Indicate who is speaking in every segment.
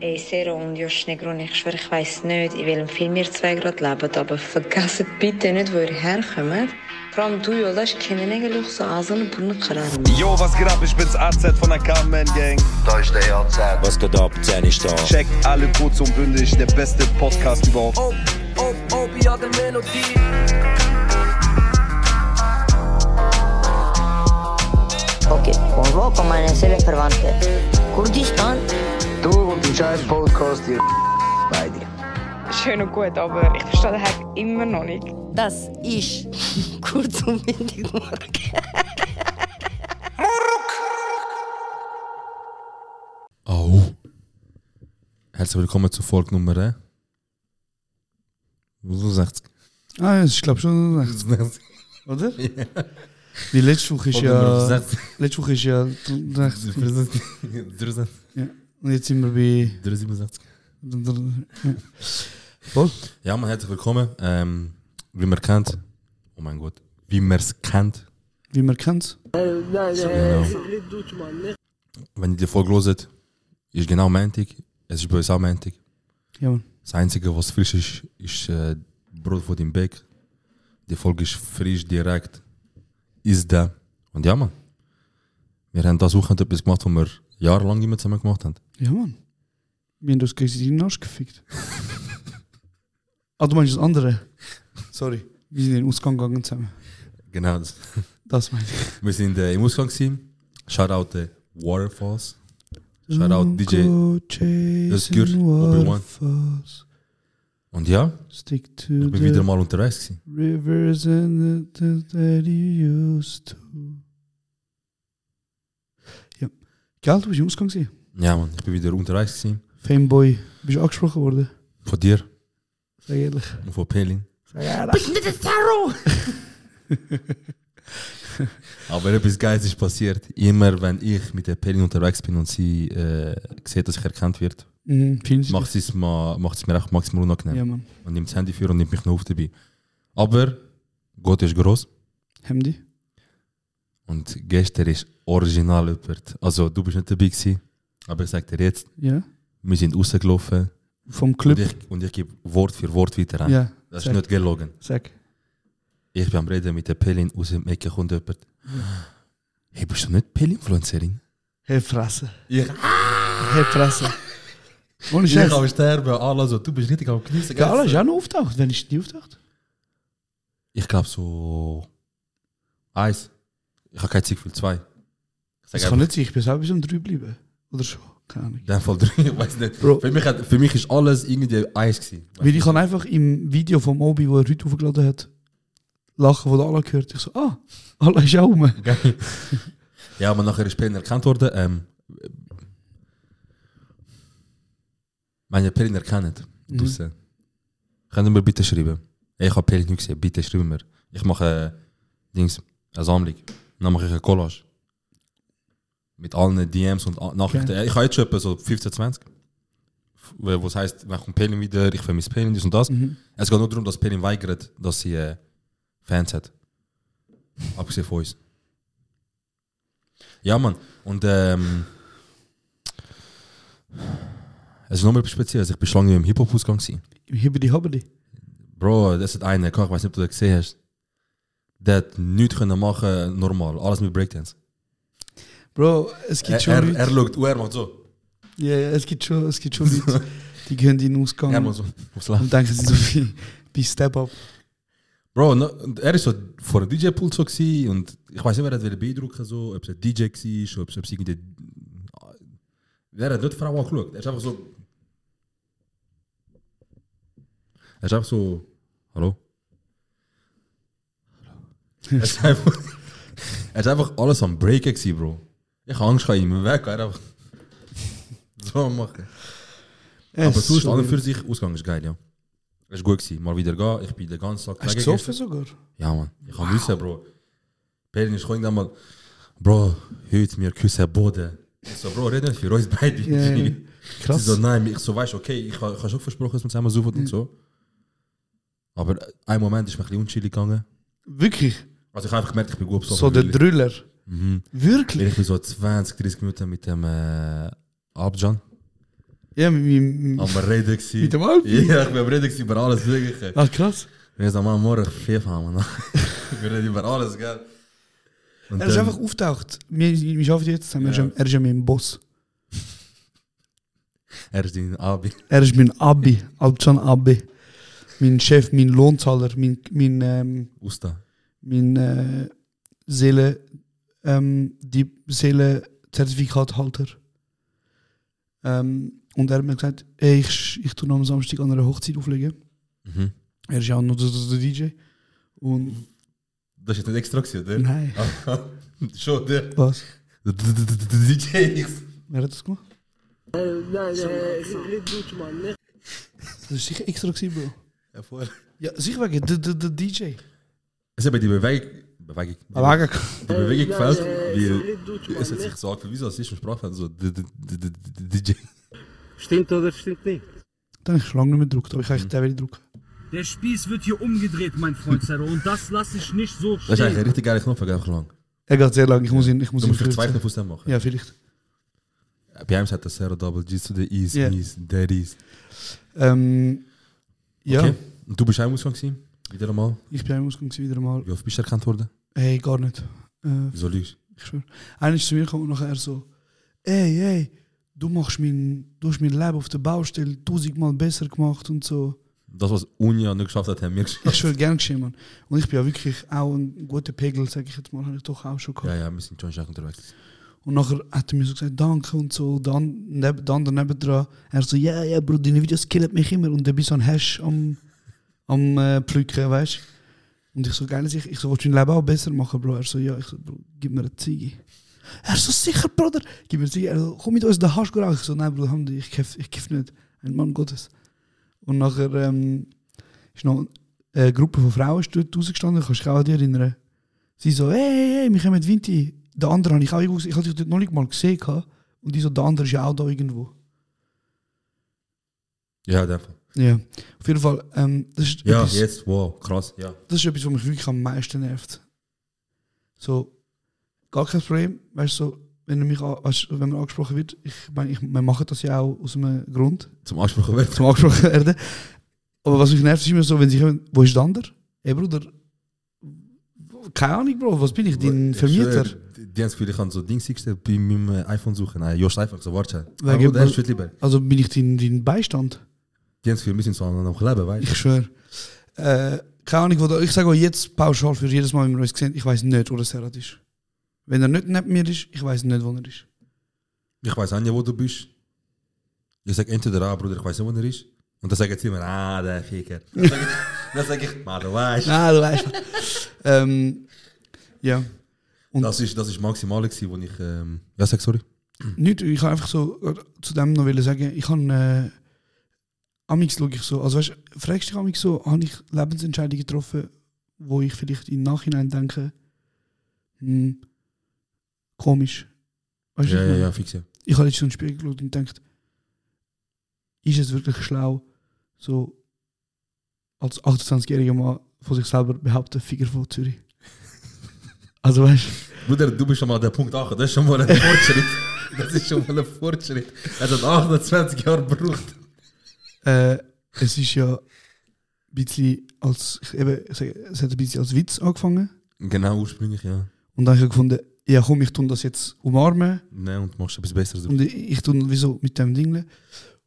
Speaker 1: Ey, Sero und Joschnegrun, ich schwöre, ich weiss nicht, in welchem Film ihr zwei gerade lebt, aber vergesst bitte nicht, wo ihr herkommt. Vor allem du, Yoldaş, kendine gel yoksa ağzını burnunu kırarım.
Speaker 2: Yo, was geht ab? Ich bin's AZ von der Carmen Gang.
Speaker 3: Da ist der JZ.
Speaker 4: Was geht ab? Zehn ist da.
Speaker 2: Checkt alle kurz und bündig, der beste Podcast überhaupt.
Speaker 5: Op, op, opiate melodie.
Speaker 6: Ok, convoco amanecer fervante. Kurdistan
Speaker 7: Du und dein scheiß Podcast, ihr beide.
Speaker 8: schön und gut, aber ich verstehe den Hack immer noch nicht.
Speaker 9: Das ist kurz und bündig
Speaker 10: Au. Oh. Herzlich willkommen zu Folge Nummer äh? 65.
Speaker 11: Ah, das ist, glaube schon 60, oder? Die letzte Woche ist ja.
Speaker 10: 65.
Speaker 11: Letzte Woche ist ja. 60.
Speaker 10: 63.
Speaker 11: Und jetzt sind wir bei.
Speaker 10: 67.
Speaker 11: Ja. Voll.
Speaker 10: Ja, man, herzlich willkommen. Ähm, wie man kennt. Oh mein Gott. Wie man es kennt.
Speaker 11: Wie man kennt.
Speaker 10: Genau. Wenn ihr die Folge loset, ist genau Montag. Es ist bei uns auch Montag.
Speaker 11: Ja, Mann.
Speaker 10: Das Einzige, was frisch ist, ist äh, Brot von dem Bäck. Die Folge ist frisch, direkt. Ist da. Und ja, Mann. Wir haben das Wochenende etwas gemacht, was wir jahrelang immer zusammen gemacht haben.
Speaker 11: Ja, Mann. Wir haben uns gegenseitig in den Arsch gefickt. ah, du meinst das andere? Sorry. Wir sind in den Ausgang gegangen zusammen.
Speaker 10: Genau. Das.
Speaker 11: Das meine ich.
Speaker 10: Wir sind äh, im Ausgang. Gewesen. Shoutout äh, Waterfalls.
Speaker 11: Mm,
Speaker 10: Shoutout DJ.
Speaker 11: Das
Speaker 10: Özgür, Obi-Wan. Und ja,
Speaker 11: Stick to
Speaker 10: ich bin
Speaker 11: the
Speaker 10: wieder mal unterwegs. Gewesen.
Speaker 11: Rivers and the things that you used to. Ja. Gell, du bist im Ausgang gewesen.
Speaker 10: Ja, Mann, ich bin wieder unterwegs. Gewesen.
Speaker 11: Fanboy. Bist du angesprochen worden?
Speaker 10: Von dir
Speaker 11: Sag ehrlich.
Speaker 10: und von Pelin.
Speaker 11: Sag ehrlich.
Speaker 10: Aber etwas Geiles ist passiert. Immer wenn ich mit der Pelin unterwegs bin und sie äh, sieht, dass ich erkannt wird, Mm.
Speaker 11: Mhm, findest du
Speaker 10: macht sie es ma- macht es mir echt maximal
Speaker 11: dich?
Speaker 10: unangenehm.
Speaker 11: Ja, Mann.
Speaker 10: Und nimmt das Handy für und nimmt mich noch auf dabei. Aber Gott ist groß
Speaker 11: Hemdi?
Speaker 10: und gestern ist original jemand. Also du bist nicht dabei gewesen, aber ich sag dir jetzt,
Speaker 11: Ja.
Speaker 10: wir sind rausgelaufen
Speaker 11: Vom
Speaker 10: und
Speaker 11: Club?
Speaker 10: ich, und ich gebe Wort für Wort weiter an.
Speaker 11: Ja.
Speaker 10: Das ist
Speaker 11: sag,
Speaker 10: nicht gelogen.
Speaker 11: Sag.
Speaker 10: Ich bin am Reden mit der Pelin, aus dem Ecke kommt jemand. Hey, bist du nicht Pelin-Influencerin?
Speaker 11: Hey, Fresse.
Speaker 10: Ich
Speaker 11: Hey, Fresse. Ohne
Speaker 10: Ich
Speaker 11: Scheiß.
Speaker 10: kann sterben, alles so. Du bist richtig am Genießen.
Speaker 11: Ja, alle ist auch noch auftaucht. Wenn ich nicht auftaucht.
Speaker 10: Ich glaube so. Eins. Ich habe kein Zielgefühl. Zwei. Ich sag
Speaker 11: Das kann
Speaker 10: einfach,
Speaker 11: nicht sein. Ich bin selber bis um drei geblieben. Oder schon. Keine Ahnung.
Speaker 10: in dem Fall drei. Ich weiß nicht.
Speaker 11: Bro.
Speaker 10: Für mich, hat, für mich ist alles irgendwie eins gewesen.
Speaker 11: Weil ich habe einfach im Video vom Obi, das er heute aufgeladen hat, Lachen von Allah gehört. Ich so, ah, Allah ist auch rum.
Speaker 10: Geil. ja, aber nachher ist Pelin erkannt worden. Ähm, wenn ihr Pelin erkennt,
Speaker 11: Mhm.
Speaker 10: draussen, könnt ihr mir bitte schreiben. Ich habe Pelin nicht gesehen, bitte schreiben mir. Ich mache äh, Dings, eine Sammlung. Dann mache ich eine Collage. Mit allen DMs und a- Nachrichten. Ich habe jetzt schon etwa so 15, 20. Was heißt, dann kommt Pelin wieder, ich vermisse Pelin, dies und das.
Speaker 11: Mhm.
Speaker 10: Es geht nur darum, dass Pelin weigert, dass sie äh, Fans hat. Abgesehen von uns. Ja, Mann. Und ähm, es ist nochmal etwas Spezielles. Ich bin schon lange nicht im Hip-Hop-Ausgang. gewesen.
Speaker 11: Hibbidi Hobbidi.
Speaker 10: Bro, das ist einer, ich weiß nicht, ob du das gesehen hast. Der hat nichts können machen normal. Alles mit Breakdance.
Speaker 11: Bro, es gibt
Speaker 10: Er,
Speaker 11: schon
Speaker 10: Äh, Eh, er, er
Speaker 11: Leute.
Speaker 10: schaut, und er macht so.
Speaker 11: ja, ja, es gibt schon, es gibt schon Leute, die gehen in den Ausgang
Speaker 10: Er macht so. Aufs Land.
Speaker 11: und denken sie so viel bei Step Up.
Speaker 10: Bro, no, und er ist so vor dem DJ-Pool so gsi und ich weiß nicht, wer das will beeindrucken so, ob es ein DJ war, ob es ob es irgendwie. Wer hat nicht die Frau angeschaut? Er ist einfach so. Er ist einfach so. Hallo? Er ist einfach. er ist einfach alles am Breaken gsi, Bro. Ich hab Angst vor ihm, weg, er einfach. so am machen.
Speaker 11: Ja,
Speaker 10: Aber
Speaker 11: es
Speaker 10: sonst,
Speaker 11: schon
Speaker 10: an und
Speaker 11: wieder-
Speaker 10: für sich, Ausgang ist geil, ja. Es war gut, gsi. mal wieder gehen, ich bin den ganzen Tag
Speaker 11: Hast du
Speaker 10: gelegen
Speaker 11: gesoffen sogar?
Speaker 10: ja, Mann. Ich kann wissen, Bro. Pelin ist gewoon mal, Bro, heute mir küssen Boden. Ich so, Bro, red nicht für uns beide.
Speaker 11: Ja, ja.
Speaker 10: Sie so,
Speaker 11: Krass.
Speaker 10: nein, ich so, weißt du, okay, ich habe schon versprochen, dass wir zusammen suchen
Speaker 11: Mm.
Speaker 10: und so. Aber ein Moment ist mir ein bisschen unschillig gegangen.
Speaker 11: Wirklich?
Speaker 10: Also ich habe einfach gemerkt, ich bin gut
Speaker 11: So,
Speaker 10: besoffen.
Speaker 11: der
Speaker 10: wirklich.
Speaker 11: Drüller.
Speaker 10: Mhm.
Speaker 11: Wirklich?
Speaker 10: Ich bin so 20, 30 Minuten mit dem äh, eh, Abjan.
Speaker 11: Ja, mit meinem.
Speaker 10: Aber reden gewesen.
Speaker 11: Mit dem Alpi?
Speaker 10: Ja, ich bin am Reden gewesen, über alles Mögliche.
Speaker 11: Ah, krass.
Speaker 10: Wir sind am Morgen vier haben. ne? Wir reden über alles, gell? Und
Speaker 11: Er ist
Speaker 10: dann-
Speaker 11: einfach aufgetaucht. Wir, wir arbeiten jetzt zusammen. Er ist
Speaker 10: Ja.
Speaker 11: am- Er ist ja mein Boss.
Speaker 10: Er ist dein Abi.
Speaker 11: Er ist mein Abi. Alpcan Abi. Mein Chef, mein Lohnzahler, mein, mein, ähm,
Speaker 10: Usta.
Speaker 11: mein äh, Seele, ähm, die Seelenzertifikathalter. Ähm, und er hat mir gesagt, ey, ich, ich tue noch am Samstag an einer Hochzeit auflegen.
Speaker 10: Mhm.
Speaker 11: Er ist ja auch noch der, der DJ. Und
Speaker 10: Das ist jetzt nicht extra gewesen, oder?
Speaker 11: nein,
Speaker 10: Schon, der.
Speaker 11: was?
Speaker 10: Der DJ.
Speaker 11: Wer hat das gemacht? Das ist sicher extra gewesen, Bro.
Speaker 10: Ja, voll.
Speaker 11: Ja, sicher wegen der, der, der DJ.
Speaker 10: Es ist bei die Bewegung. Bewegung.
Speaker 11: Aber
Speaker 10: Die Bewegung gefällt, weil es hat sich gesagt, wieso es ist eine Sprache, so d- d- d- d- d- DJ.
Speaker 3: Stimmt oder stimmt nicht?
Speaker 11: dann habe ich schon lange nicht mehr gedruckt, aber ich habe echt den will drucken.
Speaker 3: Der Spieß wird hier umgedreht, mein Freund Zero, und das lasse ich nicht so
Speaker 10: Das ist eigentlich ein
Speaker 3: stehen.
Speaker 10: richtig geiler Knopf, einfach lang.
Speaker 11: Er geht sehr lang, ich muss ihn, ich muss
Speaker 10: Du
Speaker 11: ihn
Speaker 10: musst vielleicht zwei
Speaker 11: verkürzen.
Speaker 10: Knöpfe aus dem machen.
Speaker 11: Ja, vielleicht.
Speaker 10: Bei einem hat das Zero Double G zu der E's,
Speaker 11: Ja.
Speaker 10: E's, Daddies.
Speaker 11: Ähm, ja,
Speaker 10: Okay. Und du bist auch im Ausgang gewesen? Wieder einmal?
Speaker 11: ich bin am Ausgang gewesen, wieder mal.
Speaker 10: Wie oft bist du erkannt worden?
Speaker 11: Hey, gar nicht. Äh,
Speaker 10: Wieso lügst du?
Speaker 11: ich schwöre. Einer ist zu mir gekommen und nachher so, ey, ey, du machst mein, du hast mein Leben auf der Baustelle tausendmal besser gemacht und so.
Speaker 10: Das, was Unia nicht geschafft hat, haben wir geschafft.
Speaker 11: Ich schwöre gern geschehen, Mann. Und ich bin ja wirklich auch ein guter Pegel, sag ich jetzt mal, habe ich doch auch schon gehabt.
Speaker 10: Ja, ja, wir sind schon stark unterwegs.
Speaker 11: Und nachher hat er mir so gesagt, danke und so. Dann, neb, dann daneben dran, er eh." so, ja, ja, Bro, deine Videos killen mich immer. Und dann bin ich so ein Hash am, am äh, Pflücken, weißt du? Und ich so, geil, ich, ich so, willst du dein Leben auch besser machen, Bro? Er so, ja, ich so, Bro, gib mir eine Ziege. Er so, sicher, Bruder, gib mir eine Ziege. Er so, komm mit uns, da hast du geraucht. Ich so, nein, Bruder, Hamdi, ich kiff, ich kiff nicht. Ein Mann Gottes. Und nachher ähm, ist noch eine Gruppe von Frauen ist dort rausgestanden, kannst du dich auch an dich erinnern? Sie so, hey, hey, hey, wir kommen Winti. Der andere habe ich auch irgendwo gesehen. Ich hatte dich dort noch nicht mal gesehen. gehabt. Und die so, der andere ist ja auch da irgendwo.
Speaker 10: Ja, in dem Fall.
Speaker 11: Ja. Auf jeden Fall, ähm, das, ist
Speaker 10: Ja,
Speaker 11: etwas,
Speaker 10: jetzt, wow, krass, ja.
Speaker 11: das ist etwas, was mich wirklich am meisten nervt. So, gar kein Problem. Weißt du, so, wenn, er mich, an- weißt, du, wenn man angesprochen wird, ich meine, ich, wir machen das ja auch aus einem Grund,
Speaker 10: Zum Anspruch werden.
Speaker 11: zum angesprochen werden. Aber was mich nervt, ist immer so, wenn sie kommen, wo ist der andere? Ey, Bruder, keine Ahnung, Bro, was bin ich, dein Vermieter?
Speaker 10: Die die haben das Gefühl, ich kann so Dings hingestellt bei meinem äh, iPhone suchen. Nein, Josh iPhone, so warte.
Speaker 11: Weil
Speaker 10: Aber
Speaker 11: gibt-
Speaker 10: Ah, gut, er steht lieber.
Speaker 11: Also bin ich dein, dein Beistand?
Speaker 10: Die haben das Gefühl, wir sind so am am Leben, weißt
Speaker 11: Ich schwöre. Äh, keine Ahnung, wo da, ich sage euch jetzt pauschal für jedes Mal, wenn wir uns sehen, ich weiß nicht, wo der Serhat ist. Wenn er nicht neben mir ist, ich weiß nicht, wo er ist.
Speaker 10: du? Ich weiß auch nicht, wo du bist. Ich sag entweder, ah, Bruder, ich weiß nicht, wo er ist. Und dann sagen sie immer, ah, der Ficker. Dann sag ich- Dann sag ich, mal, du weißt.
Speaker 11: Ah, du weißt. ähm, ja. Und
Speaker 10: Das ist, das ist maximal, gewesen, wo ich. Ähm, ja, sag sorry.
Speaker 11: nicht, ich kann einfach so äh, zu dem noch will sagen, ich kann äh, Amix schaue ich so, also weißt, du, fragst dich Amix so, habe ich Lebensentscheidungen getroffen, wo ich vielleicht im Nachhinein denke, hm, komisch. Weißt du,
Speaker 10: Ja,
Speaker 11: ich
Speaker 10: ja,
Speaker 11: meine?
Speaker 10: ja, fix ja.
Speaker 11: ich habe jetzt schon in den Spiegel geschaut und gedacht, ist es wirklich schlau, so als 28-jähriger Mann von sich selber behaupten, Figur von Zürich? Also weißt du,
Speaker 10: Bruder, du bist schon mal der Punkt 8. Das ist schon mal ein Fortschritt. Das ist schon mal ein Fortschritt. Er hat 28 Jahre gebraucht.
Speaker 11: äh, es ist ja ein bisschen als, ich eben, ich sage, es hat ein bisschen als Witz angefangen
Speaker 10: Genau, ursprünglich, ja.
Speaker 11: und dann habe ich gefunden, ja komm, ich tue das jetzt umarmen
Speaker 10: Nein, und machst etwas Besseres.
Speaker 11: und ich, ich tue wieso mit dem Ding.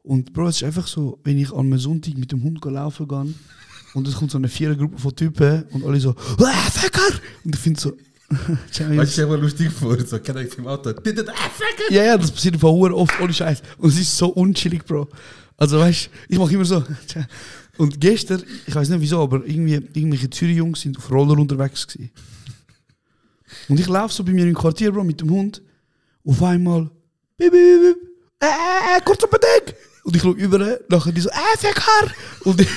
Speaker 11: Und Bro, es ist einfach so, wenn ich am Sonntag mit dem Hund laufen gehe und es kommt so eine Vierergruppe von Typen und alle so, ah, Ficker! Und ich finde so,
Speaker 10: Weißt
Speaker 11: ciao, Jungs.
Speaker 10: du, ich mal lustig vor, so kann ich im Auto. Ficker!
Speaker 11: ja, ja, das passiert von Uhr oft ohne Scheiß. Und es ist so unchillig, Bro. Also weißt ich mache immer so. ciao. Und gestern, ich weiß nicht wieso, aber irgendwie irgendwelche Zürich-Jungs sind auf Roller unterwegs gewesen. Und ich laufe so bei mir im Quartier, Bro, mit dem Hund. Auf einmal, bip, bip, bip, bip, äh, äh, äh, kurz auf den Deck. Und ich schaue über, nachher die so, äh, fick her. Und, ich-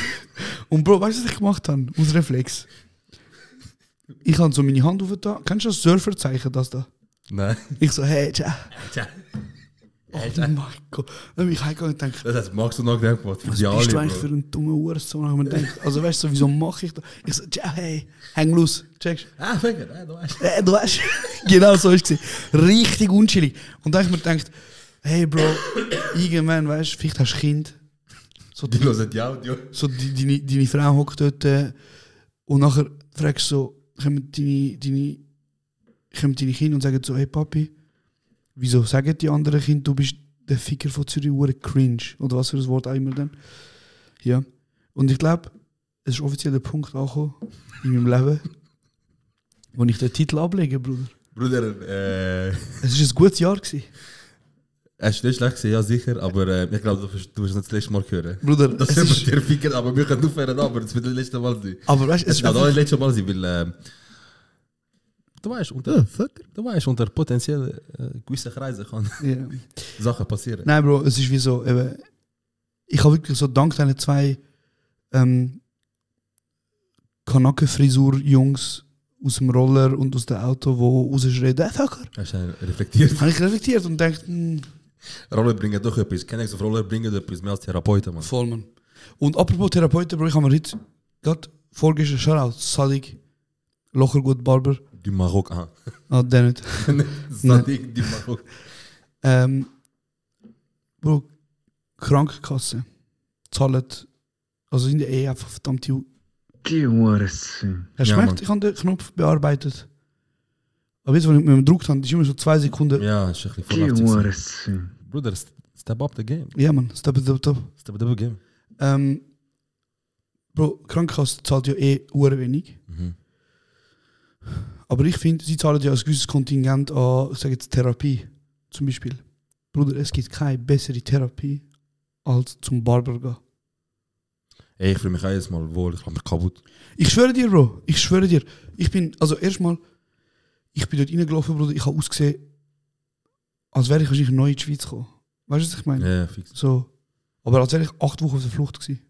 Speaker 11: und Bro, weißt du, was ich gemacht habe? Aus Reflex. Ich habe so meine Hand aufgetan. Kennst du das Surferzeichen, das da?
Speaker 10: Nein.
Speaker 11: Ich so, hey, ciao.
Speaker 10: Tja,
Speaker 11: Oh mein Gott. Dann bin ich heimgegangen und dachte,
Speaker 10: Das hat Max so nachgedacht, was für
Speaker 11: was
Speaker 10: die
Speaker 11: bist du
Speaker 10: alle.
Speaker 11: eigentlich für
Speaker 10: Bro.
Speaker 11: einen dummen Uhrensohn? Hab Ich mir gedacht, also weißt du, so, wieso mache ich das? Ich so, ciao, hey, häng los, checkst
Speaker 10: Ah, Ficker, nein, du weißt.
Speaker 11: äh, du? weißt, genau so ist es. gewesen. Richtig unschillig. Und dann habe ich mir gedacht, hey Bro, irgendwann, weißt du, vielleicht hast du ein Kind. So,
Speaker 10: Die hören die Audio.
Speaker 11: so die, deine, deine Frau hockt dort äh, und nachher fragst du so, kommen deine, deine, kommen deine Kinder und sagen so, hey Papi, wieso sagen die anderen Kinder, du bist der Ficker von Zürich, hure cringe oder was für ein Wort auch immer dann. Ja. Und ich glaube, es ist offiziell der Punkt angekommen in meinem Leben, wo ich den Titel ablege, Bruder.
Speaker 10: Bruder, äh,
Speaker 11: Es war ein gutes Jahr. Gewesen.
Speaker 10: hast du nicht schlecht gesehen, ja sicher, aber äh, ich glaube, du wirst du wirst nicht das letzte Mal hören.
Speaker 11: Bruder,
Speaker 10: Das
Speaker 11: es
Speaker 10: ist
Speaker 11: ist,
Speaker 10: immer der Ficker, aber wir können aufhören, aber das wird das letzte Mal sein.
Speaker 11: aber weißt du, es
Speaker 10: Es
Speaker 11: ist
Speaker 10: ist auch das
Speaker 11: einfach,
Speaker 10: letzte Mal sein, weil. ähm, du weißt, unter, du weißt, unter potenziell äh, gewissen Kreisen kann
Speaker 11: ja.
Speaker 10: Sachen passieren.
Speaker 11: Nein, Bro, es ist wie so, eben, ich habe wirklich so dank diesen zwei ähm, Kanakenfrisur-Jungs aus dem Roller und aus dem Auto, wo rausschreien, der Fucker.
Speaker 10: Hast du einen reflektiert?
Speaker 11: Habe ich reflektiert und gedacht, hm,
Speaker 10: Roller bringen doch etwas. Kennex auf Roller bringen etwas. Mehr als Therapeuten, Mann.
Speaker 11: voll, Mann. Und apropos Therapeuten, Bro, ich habe mir heute gerade vorgestern Shoutout, Sadik, Lochergut Barber,
Speaker 10: Die Marok, aha.
Speaker 11: ah, der nicht.
Speaker 10: Sadik, die Marok.
Speaker 11: Ähm, Bro, Krankenkasse zahlt, also in der Ehe einfach verdammt die
Speaker 3: Die Uhrensohn.
Speaker 11: Hast
Speaker 10: Ja,
Speaker 11: du gemerkt,
Speaker 10: Mann.
Speaker 11: ich habe den Knopf bearbeitet. Aber jetzt, wenn ich mit dem gedruckt habe, das ist immer so zwei Sekunden. Ja,
Speaker 10: Ja, ist ein bisschen
Speaker 3: Die
Speaker 10: vorläufig. gewesen.
Speaker 3: Uhrensohn.
Speaker 10: Bruder, st- step up the game.
Speaker 11: Mann, stop, stop, stop.
Speaker 10: Step up the game.
Speaker 11: Ähm, Bro, Krankenkasse zahlt ja eh hure wenig.
Speaker 10: Mhm.
Speaker 11: Aber ich finde, sie zahlen ja ein gewisses Kontingent an, ich sage jetzt Therapie zum Beispiel. Bruder, es gibt keine bessere Therapie als zum Barber gehen.
Speaker 10: Ey, ich fühle mich auch jedes Mal wohl. Ich mache mich kaputt.
Speaker 11: Ich schwöre dir, Bro, ich schwöre dir. Ich bin, also erstmal, ich bin dort reingelaufen, Bruder, ich habe ausgesehen, als wäre ich wahrscheinlich neu in die Schweiz gekommen. Weißt du, was ich meine?
Speaker 10: Ja, ja, fix.
Speaker 11: So. Aber als wäre ich acht Wochen auf der Flucht gewesen.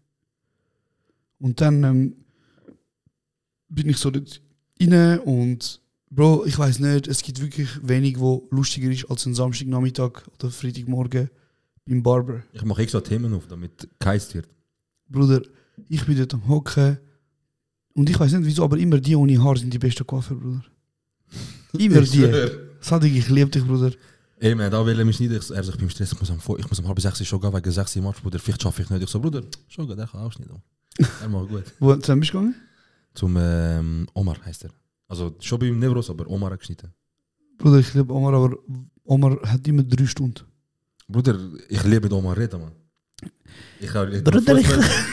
Speaker 11: Und dann ähm, bin ich so dort rein und Bro, ich weiß nicht, es gibt wirklich wenig, wo lustiger ist als ein Samstagnachmittag oder Freitagmorgen beim Barber.
Speaker 10: Ich mache extra Themen auf, damit geheizt wird.
Speaker 11: Bruder, ich bin dort am Hocken und ich weiß nicht wieso, aber immer die ohne Haar sind die besten Coiffeur, Bruder. Immer
Speaker 10: Ich
Speaker 11: die.
Speaker 10: schwör.
Speaker 11: Sadig, ich liebe dich, Bruder.
Speaker 10: Ey, man, da will er mich nicht. Ich, er sagt, ich bin im Stress, ich muss am, ich muss am halb sechs Uhr schon gehen, wegen sechs Uhr Match, Bruder. Vielleicht schaffe ich nicht. Ich so, Bruder, schon gehen, der kann auch nicht. Mann. Er macht gut.
Speaker 11: Wo zusammen bist du gegangen?
Speaker 10: Zum ähm, Omar heißt er. Also schon beim Nevros, aber Omar hat geschnitten.
Speaker 11: Bruder, ich liebe Omar, aber Omar hat immer drei Stunden.
Speaker 10: Bruder, ich liebe mit Omar reden, man. Ich habe ich
Speaker 11: Bruder,
Speaker 10: Fußball,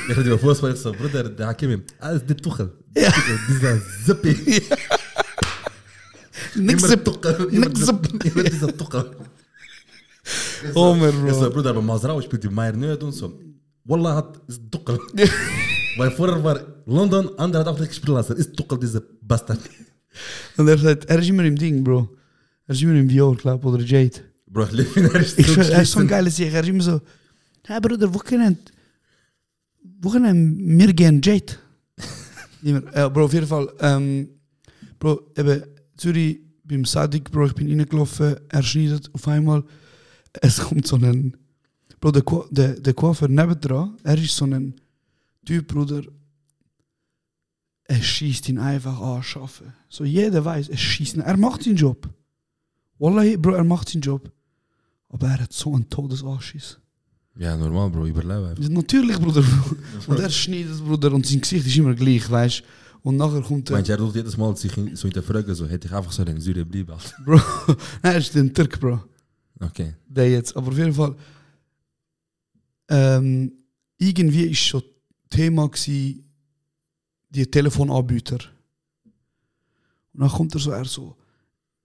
Speaker 10: ich habe Fußball, ich so, Bruder, der Hakim, Ah, alles der Tuchel. Ja. Dieser Zippe.
Speaker 11: Nix
Speaker 10: Immer Tuchel. immer
Speaker 11: Nix
Speaker 10: Zipp- Immer dieser Tuchel.
Speaker 11: Omar,
Speaker 10: Ich so,
Speaker 11: Bro.
Speaker 10: Bruder, aber Masrau spielt die Meier nicht und so. Wallah hat, ist Tuchel. Weil vorher war London, andere hat auch nicht gespielt lassen. Ist Tuchel, dieser Bastard.
Speaker 11: Und er sagt, er ist immer im Ding, Bro. Er ist immer im Vior, glaub oder Jade.
Speaker 10: Bro, ich liebe ihn, er ist
Speaker 11: Ich schwör, er ist so ein
Speaker 10: schlimm.
Speaker 11: geiles Sieg. Er ist immer so, hey Bruder, wo können, wo können wir gehen, Jade? immer. Ja, Eh, Bro, auf jeden Fall. Ähm, Bro, eben, Zürich, beim Sadik, Bro, ich bin reingelaufen, er schneidet auf einmal, es kommt so ein, Bro, der, Ko der, der Koffer nebendran, er ist so ein Typ, Bruder, er schießt ihn einfach an, schaffen. So, jeder weiß, er schießt ihn, er macht seinen Job. Wallahi, Bro, er macht seinen Job. Aber er hat so einen Todesanschiss.
Speaker 10: Ja, normal, Bro, überleben. einfach.
Speaker 11: Natürlich, Bruder. Und er schneidet, Bruder, und sein Gesicht ist immer gleich, weißt du. Und nachher kommt
Speaker 10: Mein
Speaker 11: er.
Speaker 10: jij doet jedes Mal sich in- so hinterfragen, so hätte ich einfach so in Syrien bleiben.
Speaker 11: Bro, nein, er ist ein Türk, Bro.
Speaker 10: Okay.
Speaker 11: Der jetzt. Aber auf jeden Fall. Ähm, irgendwie ist schon Thema gsi die Telefonanbieter. Und dann kommt er so, er so,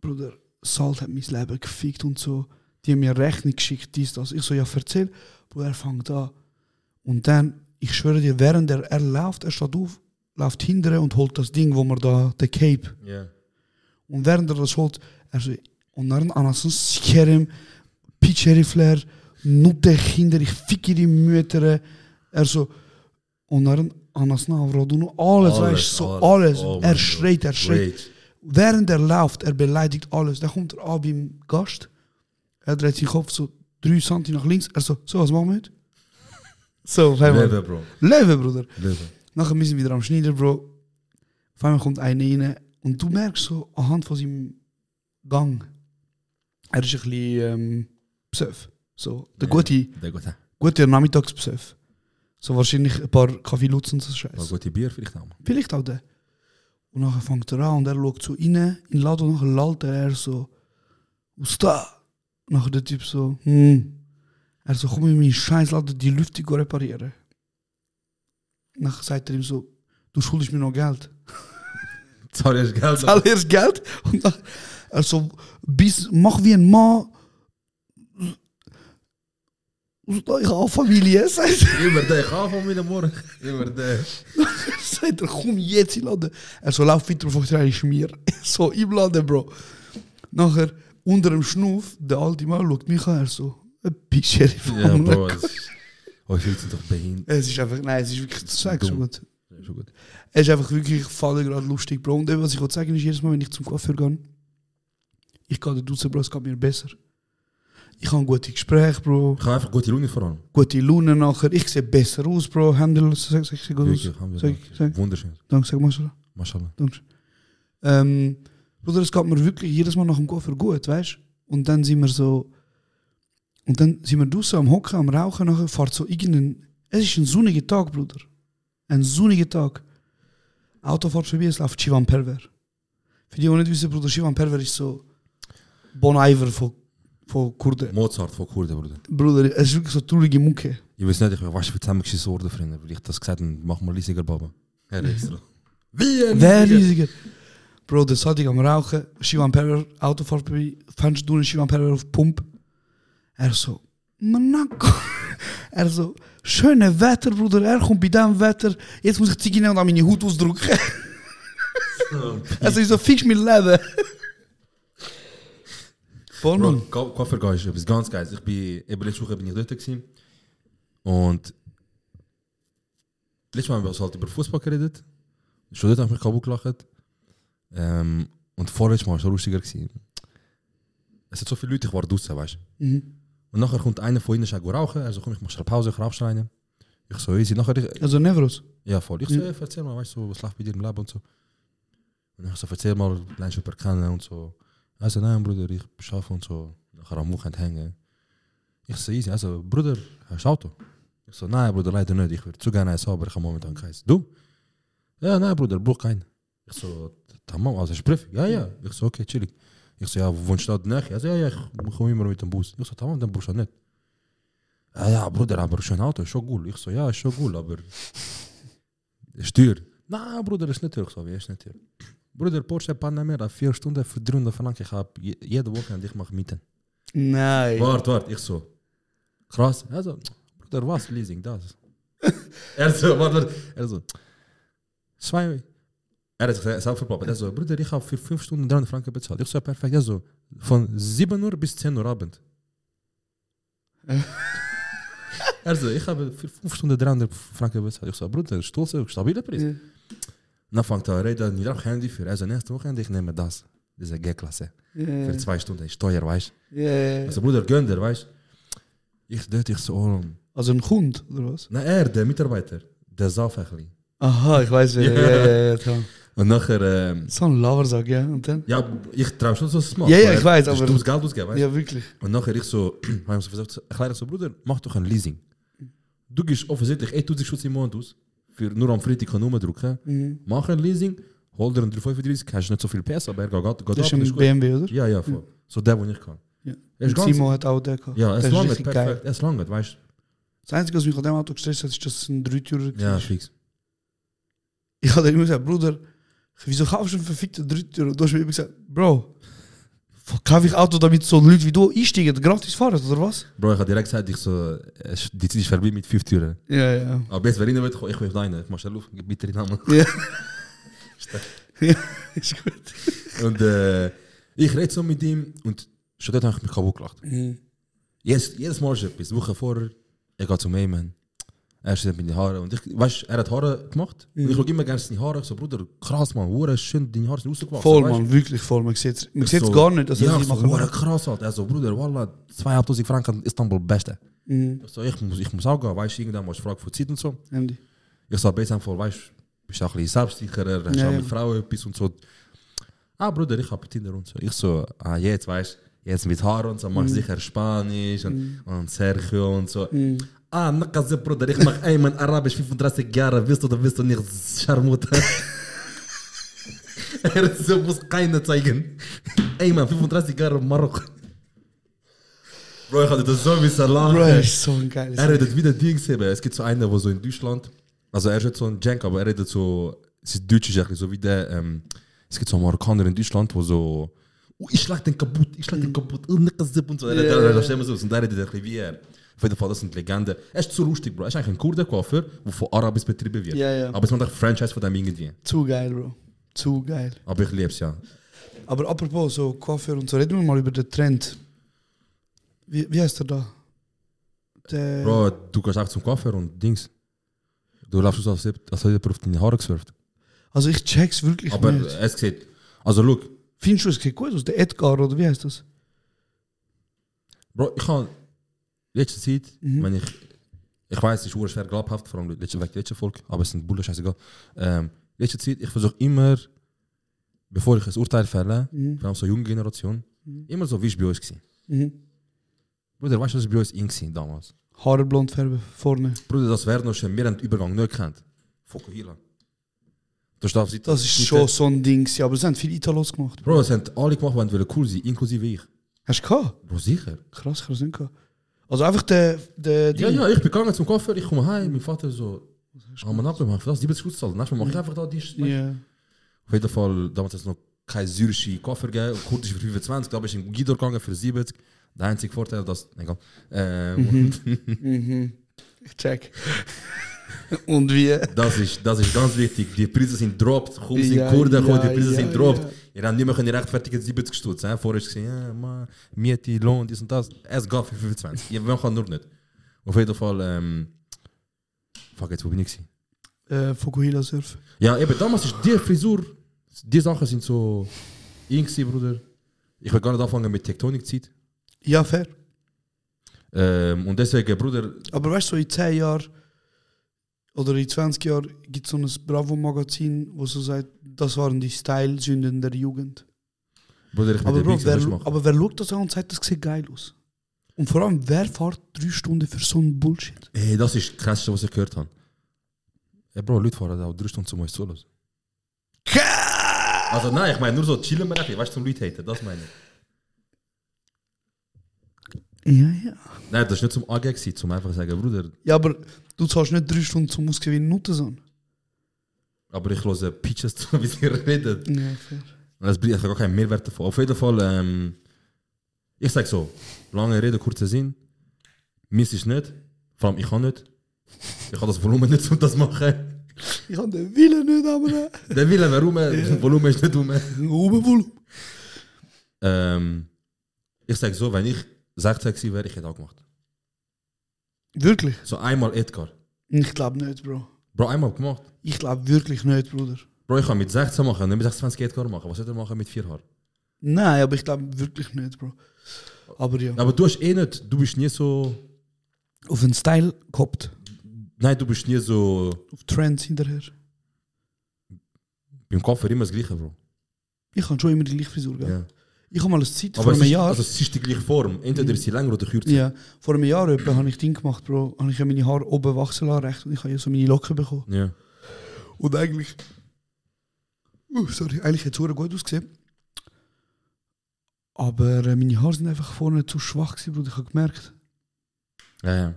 Speaker 11: Bruder, Salt hat mein Leben gefickt und so. Die haben mir Rechnung geschickt, dies, das. Ich so, ja, erzähl. Bruder, er fängt an. Und dann, ich schwöre dir, während er, er läuft, er steht auf, läuft hinterher und holt das Ding, wo man da, der Cape.
Speaker 10: Ja.
Speaker 11: Und während er das holt, er so, onların anasını sikerim, piç herifler, nutte kinder, ich ficke die Mütter. Er so, onların anasını avradını, alles, alles weißt du, so alles.
Speaker 10: Oh mein
Speaker 11: er schreit, er
Speaker 10: Gott.
Speaker 11: schreit.
Speaker 10: Rage.
Speaker 11: Während er läuft, er beleidigt alles. Dann kommt er an beim Gast, er dreht seinen Kopf so drei Santi nach links, er so, so, was machen wir heute? So, auf einmal.
Speaker 10: Leven, Bro.
Speaker 11: Leben, Bruder.
Speaker 10: Leven.
Speaker 11: Nachher müssen wir wieder am Schneider, Bro. Auf einmal kommt einer rein und du merkst so ehm, anhand von seinem Gang, er ist ein bisschen ähm, psef. So, der gute,
Speaker 10: Der gute,
Speaker 11: gute Nachmittagsbesuch. So wahrscheinlich ein paar Kaffee Lutz und so
Speaker 10: der
Speaker 11: Scheiß.
Speaker 10: gute Bier nou, vielleicht auch.
Speaker 11: Vielleicht auch der. Und nachher fängt er an und er schaut so rein in den Laden und nachher lallt er, er so Usta! Und nachher der Typ so, hm. Er so, komm in meinen scheiß Laden, die Lüftung go reparieren. Nachher sagt er ihm so, du schuldest mir noch Geld.
Speaker 10: Sorry, hast Geld.
Speaker 11: Zahl erst Geld und dann, er so, bis, mach wie ein Mann. Usta, ich habe auch Familie, sagt er.
Speaker 10: Immer der, ich habe von mir morgen. Immer der.
Speaker 11: Sagt er, komm jetzt in den Laden. Er so, lauf weiter, bevor du ist mir. So, im Laden, Bro. Nachher, unter dem Schnuff, der alte Mann schaut mich an, er so, ein bisschen.
Speaker 10: Ja, Bro. das ist- Oh, Schütze sind doch behindert.
Speaker 11: Es ist einfach, nein, es ist wirklich, das sag schon
Speaker 10: Dumm.
Speaker 11: gut.
Speaker 10: Ja, Schon gut.
Speaker 11: Es ist einfach wirklich, ich falle gerade lustig, Bro. Und eben, was ich wollte sagen, ist, jedes Mal, wenn ich zum Coiffeur gehe, ich gehe da raus, Bro, es geht mir besser. Ich habe gute Gespräche, Bro,
Speaker 10: Ich habe einfach gute Laune vor allem.
Speaker 11: gute Laune nachher, ich sehe besser aus, Bro. Händel, sag, sag, sag, gut aus.
Speaker 10: Wirklich, haben wir
Speaker 11: Sag,
Speaker 10: noch.
Speaker 11: sag,
Speaker 10: Wunderschön.
Speaker 11: danke, sag, Mashallah.
Speaker 10: Mashallah.
Speaker 11: Dankeschön. Ähm, Bruder, es geht mir wirklich jedes Mal nach dem Koffer gut, weißt du? Und dann sind wir so. Und dann sind wir draußen am Hocken, am Rauchen, nachher fährt so irgendein. Es ist ein sonniger Tag, Bruder. Ein sonniger Tag. Auto fährt vorbei, es läuft Shivan Perver. Für die, die nicht wissen, Bruder, Shivan Perver ist so. Bon Iver von, von Kurden.
Speaker 10: Mozart von Kurden, Bruder.
Speaker 11: Bruder, es ist wirklich so traurige Mucke.
Speaker 10: Ich weiß nicht, ich bin wasch für zusammengeschissen worden, Freunde. Weil ich das gesagt habe, mach mal riesiger Baba. Herr extra. Wie ein
Speaker 11: Wer riesiger? Bro, der Sadik am Rauchen, Shivan Perver, Autofahrt bei Fenster tun, Shivan Perver auf Pump. Er so, Monaco. Er so, schöne Wetter, Bruder, er kommt bei diesem Wetter. Jetzt muss ich Ziege nehmen und an meine Haut ausdrücken. Also ich so, fix mein Leben.
Speaker 10: Bro,
Speaker 11: Vollmann.
Speaker 10: Ko- Koffergau ist etwas ganz Geiles. Ich bin, eben letzte Woche bin ich dort gewesen. Und letztes Mal haben wir uns halt über Fußball geredet. Dus Schon dort habe ich mich kaputt gelacht. Ähm, und vorletztes Mal war es schon lustiger. Gewesen. Es hat so viele Leute, ich war draußen, weißt du.
Speaker 11: Mhm.
Speaker 10: Und nachher kommt einer von ihnen, sagt, «Geh rauchen. Also komm, ich mach schnell Pause, ich rauf rein. Ich so, easy. Nachher, ich,
Speaker 11: Also Nevros.
Speaker 10: ja, voll. Ich so, ja. erzähl mal, weißt du, so, was läuft bei dir im Leben und so. Und ich so, erzähl mal, lernst du jemanden kennen und so. Also, nein, Bruder, ich arbeite und so. Nachher am Wochenende hängen. Ich so, easy. Also, Bruder, hast du Auto? Ich so, nein, Bruder, leider nicht. Ich würde zu gerne eins haben, aber ich habe momentan keins. Du? Ja, nein, Bruder, brauch keinen. Ich so, tamam, also ich prüfe. Ja, ja. Ich so, okay, chillig. Ich so, ja, wohnst du da näher? Also, ja, ja, ich komme immer mit dem Bus. Ich so, tamam, dann brauchst du nicht. Ja, ja, Bruder, aber schon Auto, ist schon cool. Ich so, ja, ist schon cool, aber... Is duur. Nou, broeder, is natuurlijk zo. Is natuurlijk. Broeder, Porsche Panamera, vier stunden voor 300 frank. Ik ga op je- jede weekend ik mag mieten.
Speaker 11: Nein.
Speaker 10: Wacht, wacht, ik zo. Krass. Also, Hij zo, broeder, was leasing, dat is. er zo, wacht, wacht. Er zo. Zwei. Er is zelf verplappen. Er zo, broeder, ik ga voor vijf stunden 300 frank betalen. Ik zo, perfect. Er zo, van 7 uur bis 10 uur abend. er zo, ik ga voor vijf stunden 300 frank betalen. Ik zo, broeder, stolz, stabiele prijs.
Speaker 11: Ja.
Speaker 10: Na fangt er reden, nicht auf Handy für. Also nächste Wochenende, ich nehme das. Diese G-Klasse. Für zwei Stunden ist teuer, weißt du?
Speaker 11: Ja.
Speaker 10: Also Bruder, gönn dir, weißt du? Ich dachte, ich so, oh,
Speaker 11: Also ein Hund, oder was?
Speaker 10: na er, der Mitarbeiter, der Sauf eigentlich.
Speaker 11: Aha, ich weiß, ja, ja, ja, ja, ja. klar.
Speaker 10: Und nachher, ähm,
Speaker 11: So ein Loversack, ja, und dann?
Speaker 10: ja, ich trau schon so smart.
Speaker 11: Ja, ja,
Speaker 10: weil
Speaker 11: ich weiß,
Speaker 10: du
Speaker 11: aber-
Speaker 10: musst Geld ausgeben, weißt du?
Speaker 11: Ja, wirklich.
Speaker 10: Und nachher ich so, haben sie versucht, ich leide so, Bruder, mach doch ein Leasing. Du gehst offensichtlich 1000 Schutz im Monat aus, für nur am Freitag kann Nummer drücken.
Speaker 11: Mhm.
Speaker 10: Mach ein Leasing, hol dir einen 335, hast nicht so viel PS, aber er geht, geht
Speaker 11: Das ist
Speaker 10: ab und
Speaker 11: ein
Speaker 10: gut.
Speaker 11: BMW, oder?
Speaker 10: Ja, ja, voll. So der, wo ich kann.
Speaker 11: Ja.
Speaker 10: Er ist
Speaker 11: Und
Speaker 10: ganz-
Speaker 11: Simon hat auch den gehabt.
Speaker 10: Ja,
Speaker 11: Das
Speaker 10: es
Speaker 11: ist
Speaker 10: langt,
Speaker 11: richtig
Speaker 10: perfekt. Es langt, weißt du?
Speaker 11: Das Einzige, was mich an dem Auto gestresst hat, ist, dass es ein Dreitürer war.
Speaker 10: Ja, fix.
Speaker 11: Ich habe immer gesagt, Bruder, wieso kaufst du einen verfickten Dreitürer? Du hast mir immer gesagt, Bro, kauf ich Auto, damit so Leute wie du einsteigen, gratis fahren, oder was?
Speaker 10: Bro, ich habe direkt gesagt, ich so, es- die Zeit ist vorbei mit fünf Türen.
Speaker 11: Ja, ja.
Speaker 10: Aber jetzt, wenn ich nicht will, ich will deine. Ich mach schnell auf, gib bitte den Namen.
Speaker 11: ja ist gut.
Speaker 10: Und äh, ich rede so mit ihm und schon dort habe ich mich kaputt gelacht. Jedes, jedes Mal ist etwas. Woche vorher, er geht zum Eamon. Er steht mit den Haaren. Und ich, weißt, er hat Haare gemacht.
Speaker 11: Mhm.
Speaker 10: Und ich schaue immer gerne seine Haare. Ich so, Bruder, krass, Mann, hure schön, deine Haare sind rausgewachsen.
Speaker 11: Voll,
Speaker 10: weißt?
Speaker 11: Mann, wirklich voll. Man sieht es man
Speaker 10: Ich
Speaker 11: sieht's
Speaker 10: so,
Speaker 11: gar nicht, dass
Speaker 10: ja,
Speaker 11: er
Speaker 10: ich
Speaker 11: sie
Speaker 10: so,
Speaker 11: machen
Speaker 10: wow,
Speaker 11: will.
Speaker 10: krass, Alter. Er so, Bruder, wallah, 2500 Franken Istanbul, beste.
Speaker 11: Mhm.
Speaker 10: Ich so, ich muss, ich muss auch gehen, weißt du, irgendwann mal Frage von Zeit und so.
Speaker 11: Andy.
Speaker 10: Ich so, besser voll, weißt du, bist auch ein bisschen selbstsicherer, hast
Speaker 11: Ja,
Speaker 10: auch
Speaker 11: ja.
Speaker 10: mit Frauen etwas und so. Ah, Bruder, ich hab Tinder und so. Ich so, ah, jetzt, weißt du, jetzt mit Haaren und so, mach
Speaker 11: Mhm.
Speaker 10: sicher Spanisch und, und Sergio und so.
Speaker 11: Mhm.
Speaker 10: Ah, Nakaze, Bruder, ich mach einmal Arabisch 35 Jahre, willst du oder willst du nicht, Scharmutter? er ist so muss keiner zeigen. Einmal 35 Jahre Marokko. Bro, ich hatte das so wie Salam.
Speaker 11: Bro, er ist so ein geiles.
Speaker 10: Er redet wieder Dings eben. Es gibt so einen, der so in Deutschland. Also er ist jetzt so ein Jank, aber er redet so. Es ist Deutsch, eigentlich, so wie der. Ähm, es gibt so einen Marokkaner in Deutschland, wo so. Oh, ich schlag den kaputt, ich
Speaker 11: Mhm.
Speaker 10: schlag den kaputt. Oh, Nickazip und so. Er redet er redet immer so. Und er redet ein wie er. Auf jeden Fall, das sind Legenden. Er ist so lustig, Bro. Er ist eigentlich ein Kurdenkoffer, der von Arabis betrieben wird.
Speaker 11: Ja, ja.
Speaker 10: Aber es macht ein Franchise von dem irgendwie.
Speaker 11: Zu geil, Bro. Zu geil.
Speaker 10: Aber ich lieb's, ja.
Speaker 11: Aber apropos, so Coiffeur und so, reden wir mal über den Trend. Wie, wie heißt er da? Der,
Speaker 10: Bro, du gehst auch zum Coiffeur und Dings. Du läufst so, als hätt- als hätte jemand auf deine Haare gesurft.
Speaker 11: Also ich check's wirklich
Speaker 10: Aber
Speaker 11: nicht.
Speaker 10: es sieht. Also, look.
Speaker 11: Findest du, es sieht gut aus? Der Edgar oder wie heißt das?
Speaker 10: Bro, ich habe letzte Zeit, wenn ich. Ich weiß, es ist hure schwer glaubhaft, vor allem letzte, wegen der letzten Folge, aber es sind Bullen, scheißegal. Ähm, letzte Zeit, ich versuche immer, bevor ich ein Urteil fälle, vor allem so junge Generation, immer so, wie es bei uns war.
Speaker 11: Mhm.
Speaker 10: Bruder, weißt du, was bei uns in war damals?
Speaker 11: Haare blond färben, vorne.
Speaker 10: Bruder, das wäre noch schon, wir haben den Übergang nicht gekannt. Fokuhila. Du darfst nicht-
Speaker 11: Das ist
Speaker 10: nicht-
Speaker 11: schon so ein Ding, gewesen, aber es haben viele Italos gemacht.
Speaker 10: Bro, das haben alle gemacht, die wollen cool sein, inklusive ich.
Speaker 11: Hast du gehabt?
Speaker 10: Bro, sicher.
Speaker 11: Krass, krass nicht gehabt. Also einfach der. der
Speaker 10: Ja,
Speaker 11: Ding.
Speaker 10: ja, ich bin gegangen zum Koffer, ich komme heim, mein Vater so. Ah, man abgemacht, für das die bist gut zahlen. Nächstes Mal mach ich einfach da die.
Speaker 11: Ja.
Speaker 10: Auf jeden Fall, damals hat es noch kein syrische Koffer gegeben, und kurdisch für 25, da bin ich in Guido gegangen für 70. Der einzige Vorteil, dass. Egal. Ähm,
Speaker 11: Mhm. Ich check. und wie?
Speaker 10: Das ist, das ist ganz wichtig. Die Preise sind dropped. Chums sind
Speaker 11: Ja,
Speaker 10: Kurden,
Speaker 11: ja,
Speaker 10: die Preise
Speaker 11: ja,
Speaker 10: sind dropped.
Speaker 11: ja.
Speaker 10: Ihr habt nicht mehr können rechtfertigen 70 Stutz. Hein? Vorher ist gesehen, ja, man, Miete, Lohn, dies und das. Es gab für 25. Ihr wollt nur nicht. Auf jeden Fall, ähm, fuck, jetzt wo bin ich gewesen?
Speaker 11: Äh, Fukuhila Surf.
Speaker 10: Ja, eben, damals ist die Frisur, die Sachen sind so in gewesen, Bruder. Ich will gar nicht anfangen mit Tektonik-Zeit.
Speaker 11: Ja, fair.
Speaker 10: Ähm, und deswegen, Bruder,
Speaker 11: Aber weißt du, so in 10 Jahren oder in 20 Jahren gibt es so ein Bravo-Magazin, wo so sagt, das waren die Style-Sünden der Jugend.
Speaker 10: Bruder, ich will
Speaker 11: Aber,
Speaker 10: den
Speaker 11: Bro,
Speaker 10: Mix
Speaker 11: wer,
Speaker 10: nicht machen.
Speaker 11: aber wer schaut das an und sagt, das sieht geil aus? Und vor allem, wer fährt drei Stunden für so einen Bullshit?
Speaker 10: Ey, das ist das Krasseste, was ich gehört habe. Ey, Bro, Leute fahren auch drei Stunden zu uns zu los. Also nein, ich meine nur so chillen wir einfach, weißt du, zum Leute haten, das meine ich.
Speaker 11: Ja, ja.
Speaker 10: Nein, das ist nicht zum AG gewesen, zum einfach sagen, Bruder,
Speaker 11: Ja, aber du zahlst nicht drei Stunden zum Ausgewinnen Noten an.
Speaker 10: aber ich höre Pitches zu, wie sie reden.
Speaker 11: Ja, fair.
Speaker 10: Und Das bringt einfach gar keinen Mehrwert davon. Auf jeden Fall, ähm, ich sag so, lange Rede, kurzer Sinn. Miss ist nicht, vor allem ich kann nicht. Ich habe das Volumen nicht, um das zu machen.
Speaker 11: Ich habe den Willen nicht, aber...
Speaker 10: Der Wille, warum? Das Volumen ist nicht um.
Speaker 11: Oben wohl.
Speaker 10: Ähm, ich sag so, wenn ich 16 gewesen wäre, ich hätte auch gemacht.
Speaker 11: Wirklich?
Speaker 10: So einmal Edgar.
Speaker 11: Ich glaube nicht, Bro.
Speaker 10: Bro, einmal gemacht.
Speaker 11: Ich glaube wirklich nicht, Bruder.
Speaker 10: Bro, ich kann mit 16 machen, nicht mit 26 Edgar machen. Was soll er machen mit 4 Haaren?
Speaker 11: Nein, aber ich glaube wirklich nicht, Bro. Aber ja.
Speaker 10: Aber du hast eh nicht, du bist nie so.
Speaker 11: Auf einen Style gehabt.
Speaker 10: Nein, du bist nie so.
Speaker 11: Auf Trends hinterher.
Speaker 10: Beim Kopf immer das Gleiche, Bro.
Speaker 11: Ich habe schon immer die gleiche Frisur gehabt.
Speaker 10: Ja.
Speaker 11: Ich habe mal eine Zeit,
Speaker 10: Aber
Speaker 11: vor
Speaker 10: es
Speaker 11: einem
Speaker 10: ist,
Speaker 11: Jahr...
Speaker 10: also, es ist die gleiche Form. Entweder ist sie länger oder kürzer.
Speaker 11: ja, vor einem Jahr etwa habe ich Ding gemacht, Bro. Habe ich ja meine Haare oben wachsen lassen, recht. Und ich habe ja so meine Locken bekommen.
Speaker 10: Ja.
Speaker 11: Und eigentlich... Uh, sorry, eigentlich hat es verdammt gut ausgesehen. Aber äh, meine Haare sind einfach vorne zu schwach gewesen, Bruder. Ich habe gemerkt...
Speaker 10: Ja, ja.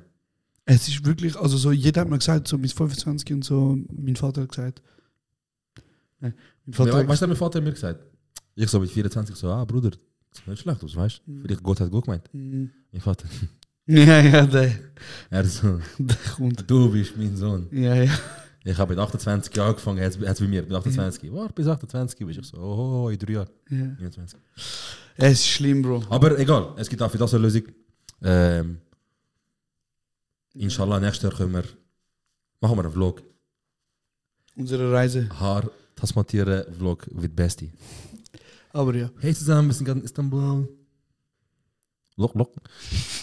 Speaker 11: Es ist wirklich, also so, jeder hat mir gesagt, so mit 25 und so, mein Vater hat gesagt. Nein, mein Vater
Speaker 10: Ja,
Speaker 11: hat
Speaker 10: Weißt du, was mein Vater mir gesagt Ich so mit 24 so, ah, Bruder, das ist nicht schlecht aus, weißt du? Vielleicht Gott hat gut gemeint.
Speaker 11: Mhm.
Speaker 10: Mein Vater.
Speaker 11: Ja, ja, der,
Speaker 10: Er so,
Speaker 11: der kommt.
Speaker 10: du bist mein Sohn.
Speaker 11: Ja, ja.
Speaker 10: Ich habe mit 28 Jahren angefangen, jetzt, jetzt bei mir, mit 28. Warte, bis 28 bist ich so, oh, in drei Jahren.
Speaker 11: ja.
Speaker 10: 29.
Speaker 11: Es ist schlimm, Bro.
Speaker 10: Aber egal, es gibt auch für das eine Lösung. Ähm, Inshallah, nächstes Jahr können wir, machen wir einen Vlog.
Speaker 11: Unsere Reise.
Speaker 10: Haar, Tasmatieren, eh, Vlog mit Bestie.
Speaker 11: Aber ja.
Speaker 10: Hey zusammen, wir sind gerade in Istanbul. Lok, lok.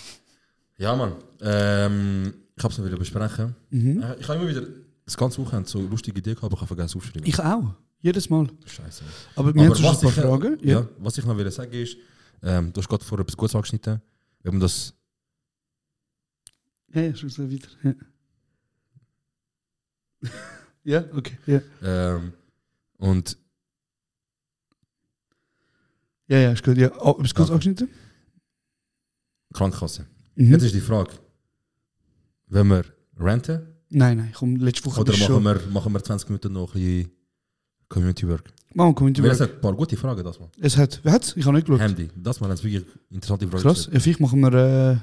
Speaker 10: Ja, Mann. Ähm, ich hab's noch wieder besprechen.
Speaker 11: Mhm.
Speaker 10: Äh, Ich habe immer wieder das ganze Wochenende so lustige Ideen gehabt, aber ich habe vergessen aufzuschreiben.
Speaker 11: Ich auch. Jedes Mal.
Speaker 10: Scheiße.
Speaker 11: Aber wir haben schon ein
Speaker 10: was
Speaker 11: paar
Speaker 10: ich,
Speaker 11: Fragen.
Speaker 10: Ja. was ich noch will sagen ist, Ähm, du hast gerade vorher etwas Gutes angeschnitten. Wir haben das
Speaker 11: Ja, ja, schluss weiter. Ja, ja okay. Ja.
Speaker 10: ähm, und
Speaker 11: ja, ja, ist gut. Ja. Oh, bist du kurz
Speaker 10: Ja.
Speaker 11: angeschnitten?
Speaker 10: Krankenkasse.
Speaker 11: Mhm.
Speaker 10: Jetzt ist die Frage, wenn wir renten
Speaker 11: Nein, nein, komm, letzte Woche
Speaker 10: oder
Speaker 11: bist du
Speaker 10: machen
Speaker 11: schon.
Speaker 10: wir, machen wir 20 Minuten noch ein bisschen Community Work?
Speaker 11: Machen wir Community
Speaker 10: Weil es
Speaker 11: Work.
Speaker 10: hat ein paar gute Fragen, das mal.
Speaker 11: Es hat. Wer hat's? Ich habe nicht geschaut.
Speaker 10: Handy, das mal eine wirklich interessante Frage.
Speaker 11: Krass.
Speaker 10: gestellt.
Speaker 11: Ja, vielleicht machen wir. Äh,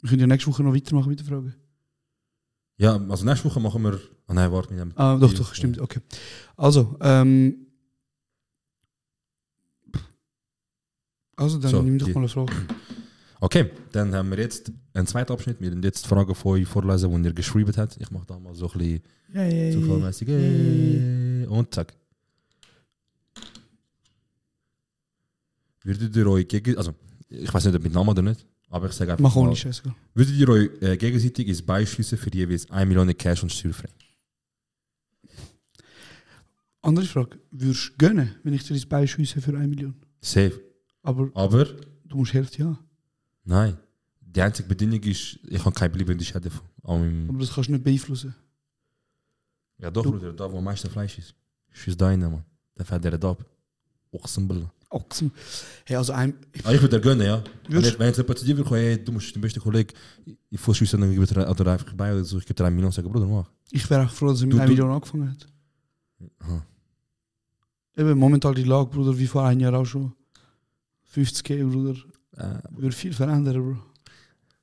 Speaker 11: wir können ja nächste Woche noch weitermachen mit der Frage.
Speaker 10: Ja, also nächste Woche machen wir. Ah nein, warte, wir haben.
Speaker 11: Ah, doch,
Speaker 10: die-
Speaker 11: doch, stimmt. Okay. Also, ähm. Also, dann
Speaker 10: So,
Speaker 11: nimm doch
Speaker 10: die-
Speaker 11: mal eine Frage.
Speaker 10: Okay, dann haben wir jetzt einen zweiten Abschnitt. Wir haben jetzt Fragen von euch vorlesen, die ihr geschrieben habt. Ich mache da mal so ein bisschen
Speaker 11: Yay.
Speaker 10: zufallmäßig.
Speaker 11: Yay.
Speaker 10: Und zack. Würdet ihr euch gegenseitig. Also, ich weiß nicht, ob mit Namen oder nicht, aber ich sage einfach.
Speaker 11: Mach ohne
Speaker 10: mal,
Speaker 11: Scheiß. gell.
Speaker 10: Würdet ihr euch äh, gegenseitig ins Bein schiessen für jeweils 1 Million Cash und steuerfrei?
Speaker 11: Andere Frage. Würdest du gönnen, wenn ich dir das Bein schiesse für 1 Million?
Speaker 10: Safe.
Speaker 11: Aber
Speaker 10: Aber,
Speaker 11: du musst Hälfte ja.
Speaker 10: nein. Die einzige Bedingung ist, ich habe keinen bleibenden Schäden an meinem
Speaker 11: Aber das kannst du nicht beeinflussen.
Speaker 10: Ja, doch,
Speaker 11: Du-
Speaker 10: Bruder, da wo am meisten Fleisch ist. Schieß da rein, Mann. Dann fährt er da ab. Ochsenbullen.
Speaker 11: Ochsen. Hey, also ein.
Speaker 10: Ah, ich würde dir gönnen, ja. Wenn
Speaker 11: Würdest-
Speaker 10: jetzt, wenn jetzt jemand zu dir will, kommen, hey, du musst den besten Kollegen, ich fuhr schiessen, dann gebe ich dir oder einfach bei oder so, ich gebe dir einen Million und sage, Bruder, mach.
Speaker 11: Ich wäre auch froh, dass er mit
Speaker 10: Du-
Speaker 11: 1
Speaker 10: du-
Speaker 11: Million angefangen hat.
Speaker 10: Aha.
Speaker 11: Eben, momentan die Lage, Bruder, wie vor einem Jahr auch schon. 50k, Bruder.
Speaker 10: Äh,
Speaker 11: Würde viel verändern, Bro.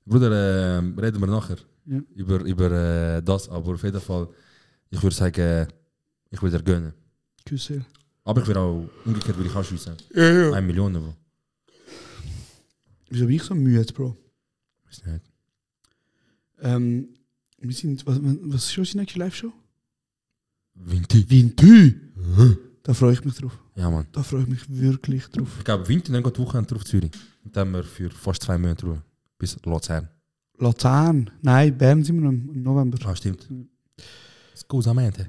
Speaker 10: Bruder, äh, reden wir nachher
Speaker 11: Ja.
Speaker 10: über, über äh, das, aber auf jeden Fall, ich würde sagen, äh, ich würde dir gönnen.
Speaker 11: Küsse.
Speaker 10: Aber ich würde auch umgekehrt würde ich auch schiessen.
Speaker 11: Ja,
Speaker 10: Eine Million, aber.
Speaker 11: Wieso bin ich so müde, Bro?
Speaker 10: Weiß nicht.
Speaker 11: Ähm, wir sind, was, was ist unsere nächste Live-Show?
Speaker 10: Winti.
Speaker 11: Winti! Da freue ich mich drauf.
Speaker 10: Ja, Mann.
Speaker 11: Da freue ich mich wirklich drauf.
Speaker 10: Ich glaube, Winter, dann geht die Woche auf Zürich. Und dann haben wir für fast zwei Monate Ruhe. Bis Luzern.
Speaker 11: Luzern. Nein, Bern sind wir im im November.
Speaker 10: Ah, stimmt.
Speaker 11: Mhm.
Speaker 10: Scusamente.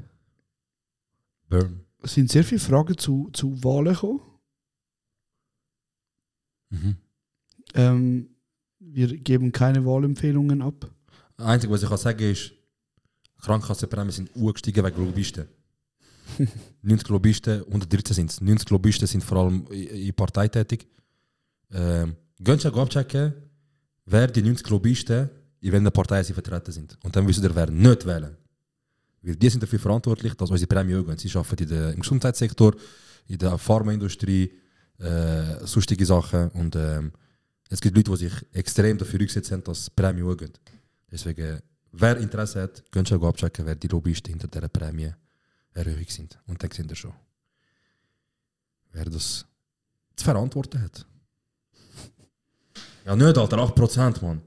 Speaker 10: Burn.
Speaker 11: Es sind sehr viele Fragen zu, zu Wahlen gekommen.
Speaker 10: Mhm.
Speaker 11: Ähm, wir geben keine Wahlempfehlungen ab.
Speaker 10: Das Einzige, was ich kann sagen ist, Krankenkassenprämien sind angestiegen wegen Lobbyisten. 90 Lobbyisten, 113 sind es. 90 Lobbyisten sind vor allem in- in Partei tätig. Ähm, Gönnt euch abchecken, wer die 90 Lobbyisten in welcher Partei sie vertreten sind. Und dann wisst ihr, wer nicht wählen. Weil die sind dafür verantwortlich, dass unsere Prämie auch gehen. Sie arbeiten in der, im Gesundheitssektor, in der Pharmaindustrie, äh, sonstige Sachen. Und ähm, es gibt Leute, die sich extrem dafür eingesetzt haben, dass die Prämie auch geht. Deswegen, wer Interesse hat, könnt ihr auch abchecken, wer die Lobbyisten hinter dieser Prämie erhöhung sind. Und dann seht ihr schon, wer das zu verantworten hat. Ja, nicht, Alter, 8%, Mann.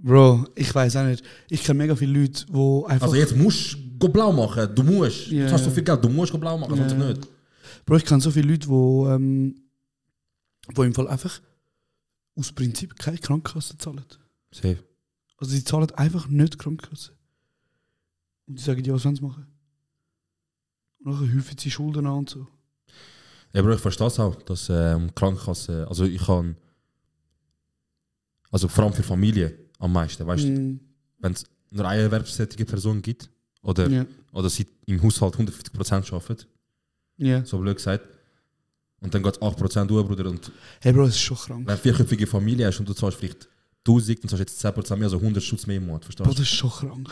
Speaker 11: Bro, ich weiß auch nicht. Ich kenne mega viele Leute, die einfach.
Speaker 10: Also jetzt musst du blau machen, du musst.
Speaker 11: Ja,
Speaker 10: Du hast so
Speaker 11: ja.
Speaker 10: viel Geld, du musst blau machen, sonst
Speaker 11: Ja.
Speaker 10: nicht.
Speaker 11: Bro, ich kenne so viele Leute, die ähm, wo im Fall einfach aus Prinzip keine Krankenkasse zahlen.
Speaker 10: Safe.
Speaker 11: Also sie zahlen einfach nicht Krankenkasse. Und die sagen, ja, was wollen sie machen? Und dann häufen sie Schulden an und so.
Speaker 10: Ja, aber ich verstehe es auch, dass ähm, Krankenkassen, also ich kann, also vor allem für Familien am meisten, weißt du,
Speaker 11: Mm,
Speaker 10: wenn es nur eine erwerbstätige Person gibt oder,
Speaker 11: ja.
Speaker 10: oder sie im Haushalt 150% arbeitet,
Speaker 11: ja.
Speaker 10: so blöd gesagt, und dann geht es 8% durch, Bruder, und
Speaker 11: Hey Bro, es ist schon krank.
Speaker 10: wenn du eine vierköpfige Familie hast und du zahlst vielleicht 1000, dann zahlst du jetzt 10% mehr, also 100 Schutz mehr im Monat, verstehst
Speaker 11: Bro,
Speaker 10: du?
Speaker 11: das ist schon krank.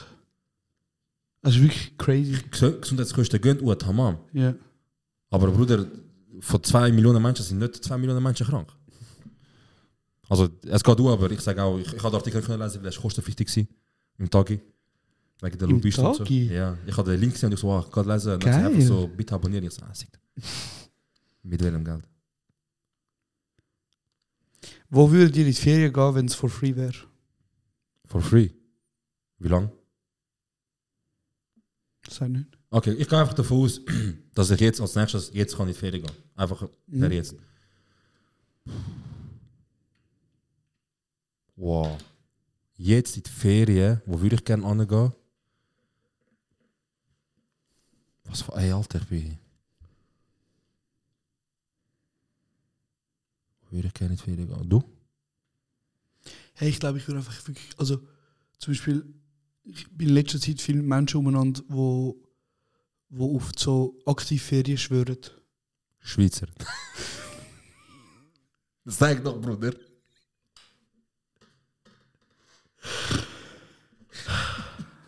Speaker 11: Das ist wirklich crazy.
Speaker 10: Gesö- Gesundheitskosten gehen auch, tamam.
Speaker 11: Ja.
Speaker 10: Aber Bruder, von 2 Millionen Menschen sind nicht 2 Millionen Menschen krank. Also, es geht auch, aber ich sage auch, ich, ich habe den Artikel können lesen, weil es kostenpflichtig war. Im Tagi. Wegen der
Speaker 11: Im
Speaker 10: Lobbyisten und so.
Speaker 11: Tagi?
Speaker 10: Ja, ich habe den Link gesehen und ich so, ah, gerade lesen. Und dann habe
Speaker 11: Geil.
Speaker 10: ich einfach so, bitte abonnieren. Ich so, ah, sieht. Mit welchem Geld?
Speaker 11: Wo würdet ihr in die Ferien gehen, wenn es for free wäre?
Speaker 10: For free. Wie lang?
Speaker 11: Sei nicht.
Speaker 10: Okay, ich gehe einfach davon aus, dass ich jetzt als nächstes, jetzt kann ich in die Ferien gehen. Einfach, wer jetzt? Wow. Jetzt in die Ferien, wo würde ich gerne angehen? Was für ein Alter ich bin. Wo Schwierigkeit nicht viel. egal. Du?
Speaker 11: Hey, ich glaube, ich würde einfach wirklich, also zum Beispiel, ich bin in letzter Zeit viele Menschen umeinander, wo, wo auf so aktive Ferien schwören.
Speaker 10: Schweizer. Sag doch, Bruder.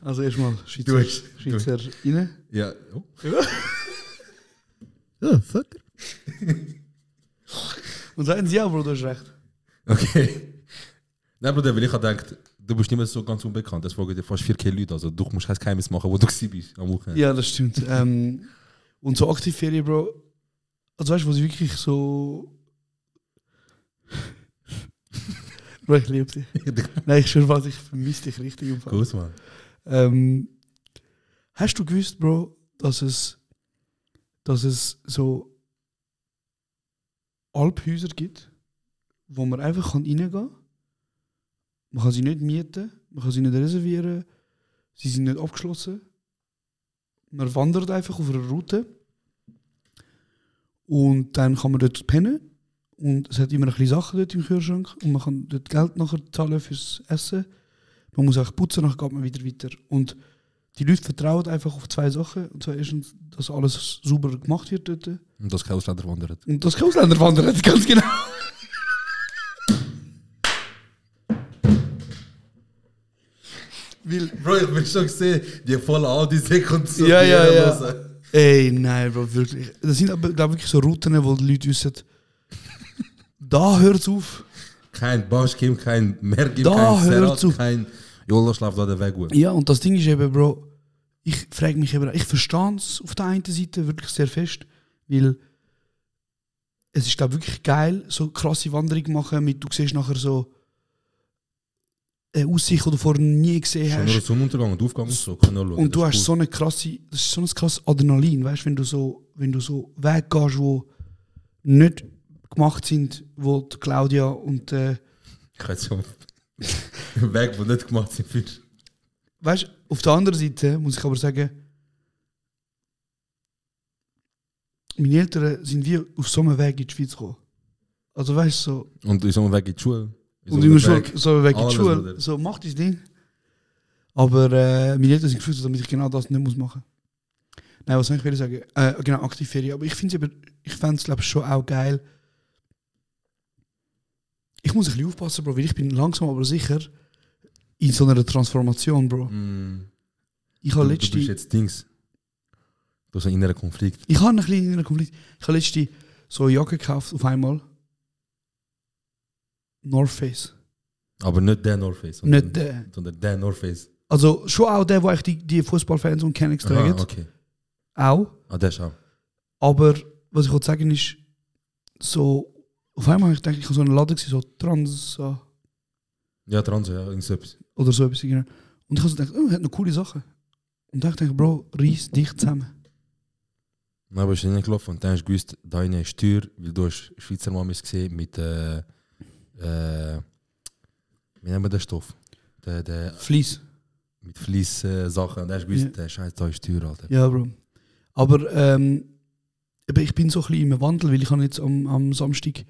Speaker 11: Also erstmal
Speaker 10: Du
Speaker 11: Schweizer,
Speaker 10: hast-
Speaker 11: Schweizer rein.
Speaker 10: Ja. Oh.
Speaker 11: Ja, fucker. Und sagen sie, ja, Bro, du hast recht.
Speaker 10: Okay. Nein, Bruder, weil ich habe gedacht, du bist nicht mehr so ganz unbekannt. Das folgen dir fast 4K Leute. Also, du musst kein Geheimnis machen, wo du gewesen bist am Wochenende.
Speaker 11: Ja, das stimmt. ähm, und so aktive Ferien, Bro, also weißt du, wo sie wirklich so. Bro, ich liebe dich. Nein, ich schwöre, was, ich vermisse dich richtig. im Fall.
Speaker 10: Gut, Mann.
Speaker 11: Ähm, hast du gewusst, Bro, dass es, dass es so Alphäuser gibt, wo man einfach kann reingehen kann? Man kann sie nicht mieten, man kann sie nicht reservieren, sie sind nicht abgeschlossen. Man wandert einfach auf einer Route und dann kann man dort pennen und es hat immer ein bisschen Sachen dort im Kühlschrank und man kann dort Geld nachher zahlen fürs Essen man muss auch putzen, dann geht man wieder weiter. Und die Leute vertrauen einfach auf zwei Sachen. Und zwar erstens, dass alles sauber gemacht wird dort.
Speaker 10: Und dass kein Ausländer wandert.
Speaker 11: Und dass keine Ausländer wandern, ganz genau. Weil,
Speaker 10: Bro, ich bin schon gesehen, die volle Audi Sekunden zu
Speaker 11: Ja, ja, ja. ey, nein, Bro, wirklich. Das sind aber, glaube ich, wirklich so Routen, wo die Leute wissen, da hört es auf.
Speaker 10: Kein Baschkim, kein Merkim,
Speaker 11: Da,
Speaker 10: kein
Speaker 11: hör
Speaker 10: Serat,
Speaker 11: zu.
Speaker 10: kein Jolla schlaft da den Weg gut.
Speaker 11: Ja, und das Ding ist eben, Bro, ich frage mich eben, ich verstehe es auf der einen Seite wirklich sehr fest, weil es ist, glaube wirklich geil, so krasse Wanderung machen, mit du siehst nachher so eine Aussicht, die du vorher nie gesehen
Speaker 10: Schon
Speaker 11: hast.
Speaker 10: nur Sonnenuntergang und Aufgang und so, kann man schauen.
Speaker 11: Und du
Speaker 10: Das
Speaker 11: hast
Speaker 10: ist
Speaker 11: so eine krasse, das ist so ein krasses Adrenalin, weißt du, wenn du so, wenn du so Wege gehst, wo nicht gemacht sind, wo die Claudia und äh,
Speaker 10: cool. Ich kann jetzt schon einen Weg, der nicht gemacht sind für.
Speaker 11: weißt du, auf der anderen Seite muss ich aber sagen, meine Eltern sind wie auf so einem Weg in die Schweiz gekommen. Also weißt du, so,
Speaker 10: Und in so einem Weg in die Schule. In
Speaker 11: und
Speaker 10: so einem
Speaker 11: immer schon
Speaker 10: Weg-
Speaker 11: so einem Weg in die
Speaker 10: Alles,
Speaker 11: Schule,
Speaker 10: Bruder.
Speaker 11: so mach dein Ding. Aber äh, meine Eltern sind geflüchtet, damit ich genau das nicht muss machen Nein, was soll ich will sagen? Äh, genau, aktive Ferien. Aber ich finde es ich fänd's, glaub, schon auch geil. Ich muss ein bisschen aufpassen, Bro, weil ich bin langsam aber sicher in so einer Transformation, Bro.
Speaker 10: Mm,
Speaker 11: Ich
Speaker 10: du,
Speaker 11: habe
Speaker 10: du bist
Speaker 11: letzte...
Speaker 10: jetzt Dings. Du hast einen inneren Konflikt.
Speaker 11: Ich habe einen kleinen Konflikt. Ich habe letzte so eine Jacke gekauft auf einmal. North Face.
Speaker 10: Aber nicht der North Face. sondern-
Speaker 11: Nicht der.
Speaker 10: Sondern der North Face.
Speaker 11: Also schon auch der, wo ich die, die Fußballfans und Kennex
Speaker 10: Aha,
Speaker 11: tragen.
Speaker 10: okay.
Speaker 11: Auch.
Speaker 10: Ah, der ist auch.
Speaker 11: Aber was ich wollte sagen ist, so auf einmal habe ich gedacht, ich habe so einen Laden gesehen, so Trans
Speaker 10: Ja, Trans, ja, irgendetwas.
Speaker 11: oder so etwas. genau. Und ich habe so gedacht, oh, hat noch coole Sachen. Und da habe ich gedacht, Bro, reiss dich zusammen.
Speaker 10: Dann bist du reingelaufen und dann hast du gewusst, deine ist teuer, weil du hast Schweizer Mamis gesehen mit, äh, äh, wie nennen wir den Stoff? Der, der,
Speaker 11: Fleece.
Speaker 10: mit Fleece-Sachen. und dann hast du gewusst,
Speaker 11: Ja.
Speaker 10: der Scheiß da ist teuer, Alter.
Speaker 11: Ja, Bro. Aber ähm, eben, ich bin so ein bisschen im Wandel, weil ich habe jetzt am, am Samstag,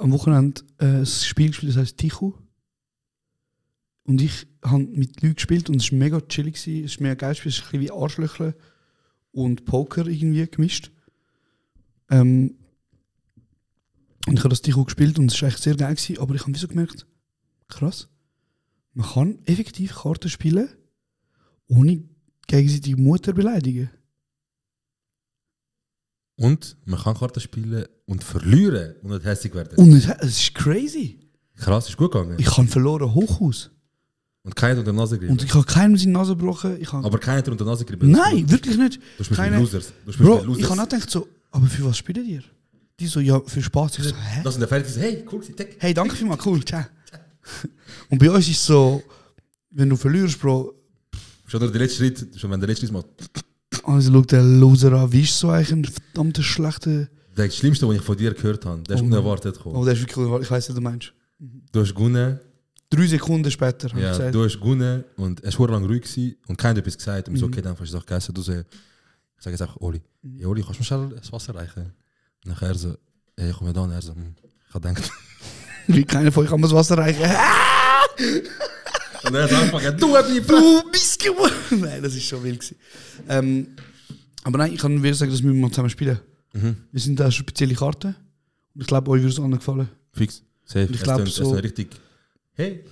Speaker 11: am Wochenende, äh, ein Spiel gespielt, das heißt Tichu. Und ich habe mit Leuten gespielt und es war mega chillig. gewesen. Es war mega geil, gespielt. es war ein bisschen wie Arschlöcheln und Poker irgendwie gemischt. Ähm, und ich habe das Tichu gespielt und es war echt sehr geil, gewesen, aber ich habe wieso gemerkt, krass, man kann effektiv Karten spielen, ohne gegenseitig Mutter beleidigen.
Speaker 10: Und man kann Karten spielen und verlieren und nicht hässlich werden.
Speaker 11: Und es, es ist crazy.
Speaker 10: Krass, ist gut gegangen.
Speaker 11: Ich habe verloren Hochhaus.
Speaker 10: Und keiner hat unter die Nase gegriffen.
Speaker 11: Und ich habe keinem seine Nase gebrochen. Ich habe,
Speaker 10: Aber keiner hat unter die Nase gegriffen.
Speaker 11: nein, wirklich nicht.
Speaker 10: Du spielst mit
Speaker 11: Keine-
Speaker 10: Losers. Du spielst mit
Speaker 11: Bro,
Speaker 10: Losers.
Speaker 11: ich habe auch gedacht so, aber für was spielen ihr? Die so, ja, für Spaß. Ich so, hä?
Speaker 10: Das sind der Fertig. Hey, cool, gewesen, tick.
Speaker 11: Hey, danke vielmals, cool, ciao. Und bei uns ist so, wenn du verlierst, Bro,
Speaker 10: Schon nur der letzte Schritt, schon wenn der letzte Schritt macht.
Speaker 11: also schaut der Loser an, wie ist so eigentlich ein verdammter schlechter...
Speaker 10: Der Schlimmste, was ich von dir gehört habe, der ist
Speaker 11: Oh.
Speaker 10: unerwartet gekommen.
Speaker 11: Oh, der ist wirklich, cool, ich weiß nicht, du meinst.
Speaker 10: Du hast gewonnen.
Speaker 11: Drei Sekunden später, habe ich
Speaker 10: Dus Ja, dus
Speaker 11: gesagt.
Speaker 10: du hast gewonnen und es war lang ruhig gewesen und keiner hat etwas gesagt. Und ich so,
Speaker 11: Mhm.
Speaker 10: okay, dann hast du gesagt, gegessen. Du so, ich sage jetzt einfach, Oli, hey, Oli, kannst du mir schnell das Wasser reichen? Und nachher so, hey, komm mir da. Und er so, hm, Ich habe gedacht,
Speaker 11: Wie keiner von euch kann man das Wasser reichen.
Speaker 10: und er hat angefangen, du hast mich gefragt.
Speaker 11: Du bist geworden! Nein, das ist schon wild. Gewesen. Ähm, aber nein, ich kann wirklich sagen, dass wir mal zusammen spielen.
Speaker 10: Mhm.
Speaker 11: Wir sind da spezielle Karten. Und ich glaube, euch würde es allen gefallen.
Speaker 10: Fix. Safe.
Speaker 11: Ich
Speaker 10: Es
Speaker 11: glaub,
Speaker 10: tönt- es
Speaker 11: so-
Speaker 10: tönt richtig. Hey.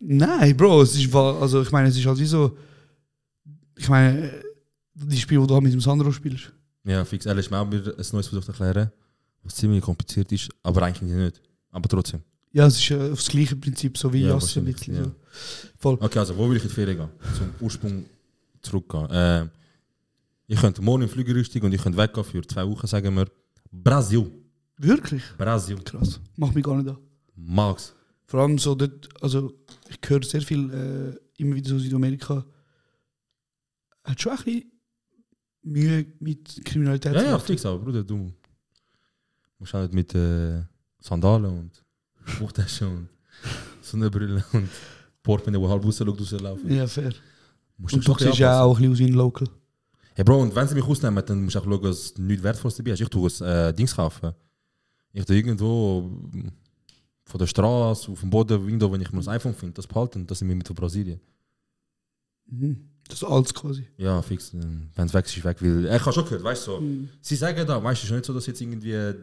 Speaker 11: Nein, Bro, es ist, wa- also ich meine, es ist halt wie so, ich meine, äh, die Spiel, die du halt mit dem Sandro spielst.
Speaker 10: Ja, fix. Er ist mir auch wieder ein neues versucht zu erklären, was ziemlich kompliziert ist, aber eigentlich nicht. Aber trotzdem.
Speaker 11: Ja, es ist äh, aufs gleiche Prinzip, so wie
Speaker 10: Ja,
Speaker 11: Jass ein
Speaker 10: wahrscheinlich,
Speaker 11: bisschen.
Speaker 10: ja.
Speaker 11: So. Voll.
Speaker 10: Okay, also wo will ich in die Ferien gehen? Zum Ursprung zurückgehen. Ähm, ich könnte morgen in den Flieger einsteigen und ich könnte weggehen für zwei Wochen, sagen wir. Brasil.
Speaker 11: Wirklich?
Speaker 10: Brasil.
Speaker 11: Krass. Mach mich gar nicht an.
Speaker 10: Max.
Speaker 11: Vor allem so dort, also ich höre sehr viel, äh, immer wieder so Südamerika, hat schon ein bisschen Mühe mit Kriminalität
Speaker 10: Ja,
Speaker 11: zu
Speaker 10: ja,
Speaker 11: machen.
Speaker 10: fix, aber Bruder, du musst auch nicht mit äh, Sandalen und Buchtaschen und Sonnenbrille und Portemonnaie, wo halb rausschaut, rauslaufen.
Speaker 11: Ja, fair.
Speaker 10: Musst schon
Speaker 11: Und du
Speaker 10: ein bisschen
Speaker 11: siehst ja
Speaker 10: aufpassen.
Speaker 11: auch ein bisschen aus wie ein Local.
Speaker 10: Hey Bro, und wenn sie mich ausnehmen, dann musst du auch schauen, dass du nichts Wertvolles dabei hast. Ich tue ein äh, Dings kaufen. Ich tue irgendwo mm, von der Straße, auf dem Boden, irgendwo, wenn ich mal ein iPhone finde, das behalten, das sind wir mit von Brasilien.
Speaker 11: Mhm. Das ist alles quasi.
Speaker 10: Ja, fix. Wenn es weg ist, ist weg. Weil, äh, ich habe schon gehört, weißt du, so, sie sagen da, weißt du, es ist nicht so, dass jetzt irgendwie, äh,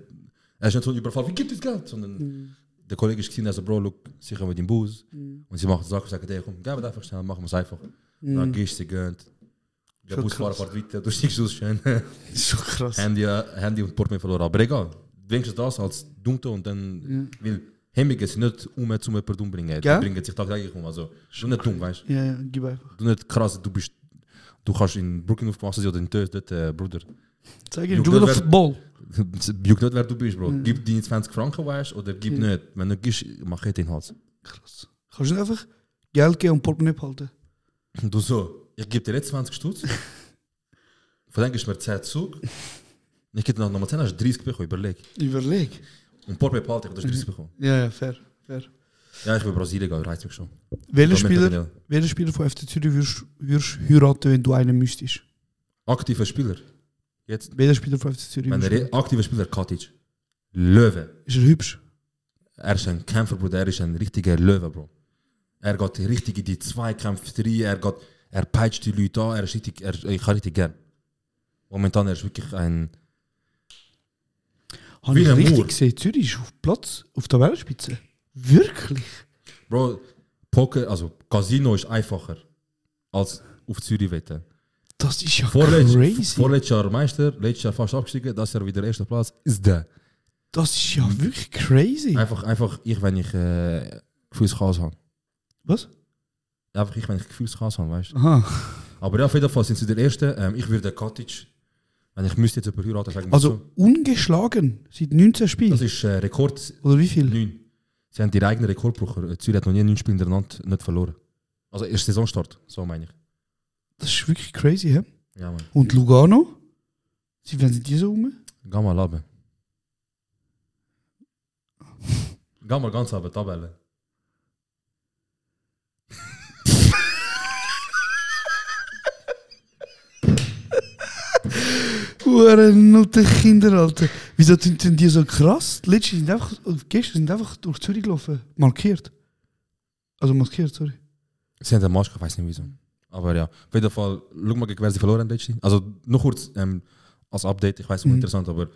Speaker 10: es ist nicht so ein Überfall, wie gibt es Geld, sondern der Kollege ist gesehen, also Bro, look, sie kommen mit dem Bus und sie machen Sachen und sagen, hey, komm, geben wir einfach schnell, machen wir es einfach. Dann gehst du, sie gehen, der
Speaker 11: Schon
Speaker 10: Busfahrer
Speaker 11: krass.
Speaker 10: fährt weiter, du steigst aus, schön.
Speaker 11: Das ist schon krass.
Speaker 10: Handy, äh, Handy und Portemonnaie verloren. Aber egal, wenigstens das als Dunkel und dann, weil Hemmungen sind nicht um zu jemanden umbringen. Die
Speaker 11: Gell?
Speaker 10: bringen sich tagtäglich um. Also, du nicht dumm, weißt
Speaker 11: Ja, ja, gib einfach.
Speaker 10: du? nicht krass, du bist, du kannst in Brooklyn aufgewachsen sein oder in Tös, dort, äh, Bruder.
Speaker 11: Zeig ihm,
Speaker 10: Juckt
Speaker 11: du willst
Speaker 10: nicht,
Speaker 11: auf
Speaker 10: wer-
Speaker 11: Football.
Speaker 10: Juckt nicht, wer du bist, Bro. Gib deine 20 Franken, weißt oder gib nicht. Wenn du nicht gibst, mach ich den Hals.
Speaker 11: Krass. Kannst du nicht einfach Geld geben und Portemonnaie behalten?
Speaker 10: Und du so, ich gebe dir jetzt 20 Stutz. Von dann gibst du mir 10 Zug. Und ich gebe dir noch- nochmal 10, hast du 30 bekommen, überleg.
Speaker 11: Überleg.
Speaker 10: Und Portemonnaie behalte ich, du hast 30 bekommen.
Speaker 11: Ja, ja, fair. fair.
Speaker 10: Ja, ich will Brasilien gehen, reizt mich schon.
Speaker 11: Welcher
Speaker 10: Damit bin
Speaker 11: Spieler,
Speaker 10: ich-
Speaker 11: welcher Spieler von FC Zürich würdest würdest du heiraten, wenn du einen müsstest?
Speaker 10: Aktiver Spieler. Jetzt,
Speaker 11: Welcher Spieler von FC Zürich
Speaker 10: wenn
Speaker 11: würdest
Speaker 10: er
Speaker 11: du
Speaker 10: aktiver Spieler, Katic. Löwe.
Speaker 11: Ist er hübsch?
Speaker 10: Er ist ein Kämpfer, Bruder. Er ist ein richtiger Löwe, Bro. Er geht richtig in die Zweikämpfe rein. Er, geht, er peitscht die Leute an. Er ist richtig, er, ich habe richtig gern. Momentan er ist wirklich ein.
Speaker 11: Habe ich
Speaker 10: Wilhelm
Speaker 11: richtig
Speaker 10: Moore.
Speaker 11: gesehen? Zürich ist auf Platz, auf der Wellenspitze. Wirklich?
Speaker 10: Bro, Poker, also Casino ist einfacher als auf Zürich wetten.
Speaker 11: Das ist ja crazy.
Speaker 10: Vorletz- Vorletztes Jahr Meister, letztes Jahr fast abgestiegen, das Jahr wieder erster Platz. Ist der.
Speaker 11: Das ist ja wirklich crazy.
Speaker 10: Einfach, einfach ich, wenn ich äh, Gefühlschaos habe.
Speaker 11: Was?
Speaker 10: Einfach ich, wenn ich Gefühlschaos habe, weißt du?
Speaker 11: Aha.
Speaker 10: Aber ja, auf jeden Fall sind sie der Erste. Ähm, ich würde Katic, wenn ich müsste jetzt jemanden heiraten, sagen wir so.
Speaker 11: Also ungeschlagen seit 19 Spielen.
Speaker 10: Das ist äh, Rekord
Speaker 11: Oder wie viel?
Speaker 10: 9. Sie haben ihre eigenen Rekord gebrochen. Äh, Zürich hat noch nie 9 Spiele hintereinander nicht verloren. Also erst Saisonstart, so meine ich.
Speaker 11: Das ist wirklich crazy, hä?
Speaker 10: Ja, Mann.
Speaker 11: Und Lugano? Sie werden die so um?
Speaker 10: Geh mal runter. Geh mal ganz runter, Tabelle.
Speaker 11: Hure nutte Kinder, Alter. Wieso tun denn die so krass? Letztens sind einfach, äh, gestern sind einfach durch Zürich gelaufen. Markiert. Also markiert, sorry.
Speaker 10: Sie haben den Marsch, ich weiß nicht wieso. Aber ja, auf jeden Fall, schau mal, gegen wer sie verloren haben letztens. Also noch kurz ähm, als Update, ich weiß, mhm. interessant, aber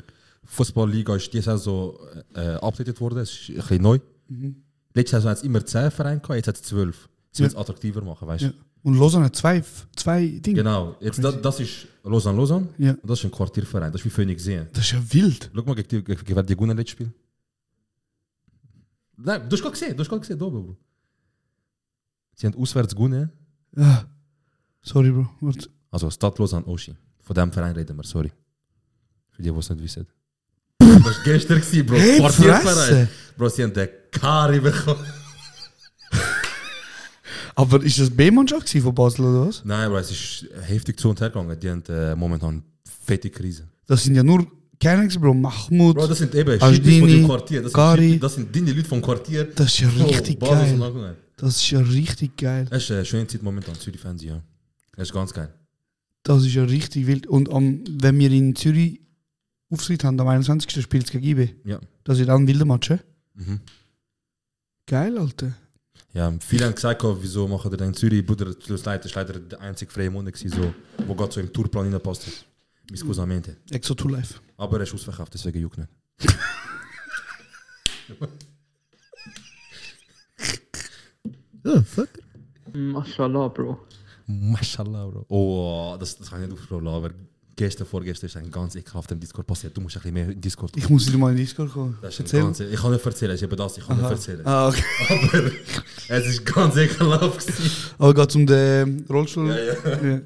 Speaker 10: Fußballliga ist diese Saison äh, updated worden, es ist ein bisschen neu. Letztes Jahr hat es immer 10 Vereine gehabt, jetzt hat es 12. Sie
Speaker 11: Mhm. Ja.
Speaker 10: müssen es attraktiver machen, weißt du?
Speaker 11: Ja. Und Lausanne hat zwei, zwei Dinge.
Speaker 10: Genau, jetzt das, das ist Lausanne Lausanne,
Speaker 11: Ja.
Speaker 10: und das ist ein Quartierverein, das ist wie Phoenix sehen.
Speaker 11: Das ist ja wild.
Speaker 10: Schau mal, gegen, die- gegen, gegen wer die Gunnar letztes Spiel. Nein, du hast gerade gesehen, du hast gerade gesehen, da oben, Bro. Sie haben auswärts Gunnar,
Speaker 11: Ja. Sorry, Bro. Warte.
Speaker 10: also Stadt Lausanne Oshi. Von dem Verein reden wir, sorry. Für die, die es nicht wissen. Das war gestern, gewesen, Bro.
Speaker 11: Hey, Fresse.
Speaker 10: Quartierverein. Bro, sie haben den Kari bekommen.
Speaker 11: Aber ist das B-Mannschaft gewesen von Basel oder was?
Speaker 10: Nein, Bro, es ist heftig zu und her gegangen. Die haben äh, momentan fette Krise.
Speaker 11: Das sind ja nur Kennex, Bro. Mahmoud.
Speaker 10: Bro, das sind eben
Speaker 11: Als
Speaker 10: Schiedis von
Speaker 11: Dini,
Speaker 10: dem Quartier. Das sind,
Speaker 11: Kari.
Speaker 10: Schiedis- das sind deine Leute vom Quartier.
Speaker 11: Das ist ja
Speaker 10: Bro,
Speaker 11: richtig
Speaker 10: Basel ist
Speaker 11: geil.
Speaker 10: angegangen.
Speaker 11: Das ist ja richtig geil.
Speaker 10: Es ist eine schöne Zeit momentan, Zürich-Fans, ja. Das ist ganz geil.
Speaker 11: Das ist ja richtig wild. Und am, wenn wir in Zürich Auftritt haben am 21. spielt es gegen IB.
Speaker 10: Ja.
Speaker 11: Das ist dann ein wilder Match, hä?
Speaker 10: Mhm.
Speaker 11: Geil, Alter.
Speaker 10: Ja, viele haben gesagt, oh, wieso machen wir denn in Zürich? Bruder, das Leid ist leider der einzige freie Monat, gewesen, so, wo Gott so im Tourplan reinpasst hat. Mein Cousin
Speaker 11: Exo to life.
Speaker 10: Aber er ist ausverkauft, deswegen juckt nicht.
Speaker 11: Ja, Oh, fuck.
Speaker 4: Mashallah, Bro.
Speaker 10: Mashallah, Bro. Oh, das, das kann ich nicht aufschauen, aber gestern, vorgestern ist ein ganz ekelhafter Discord passiert. Du musst ein bisschen mehr in Discord.
Speaker 11: Ich muss wieder mal in Discord kommen.
Speaker 10: Das ist ein
Speaker 11: Erzähl.
Speaker 10: ganz, ich kann nicht erzählen, ich habe das, ich kann
Speaker 11: Aha.
Speaker 10: nicht erzählen.
Speaker 11: Ah, okay.
Speaker 10: Aber es ist ganz ekelhaft. gewesen.
Speaker 11: Aber geht es um den Rollstuhl?
Speaker 10: Ja, ja.
Speaker 11: Ja.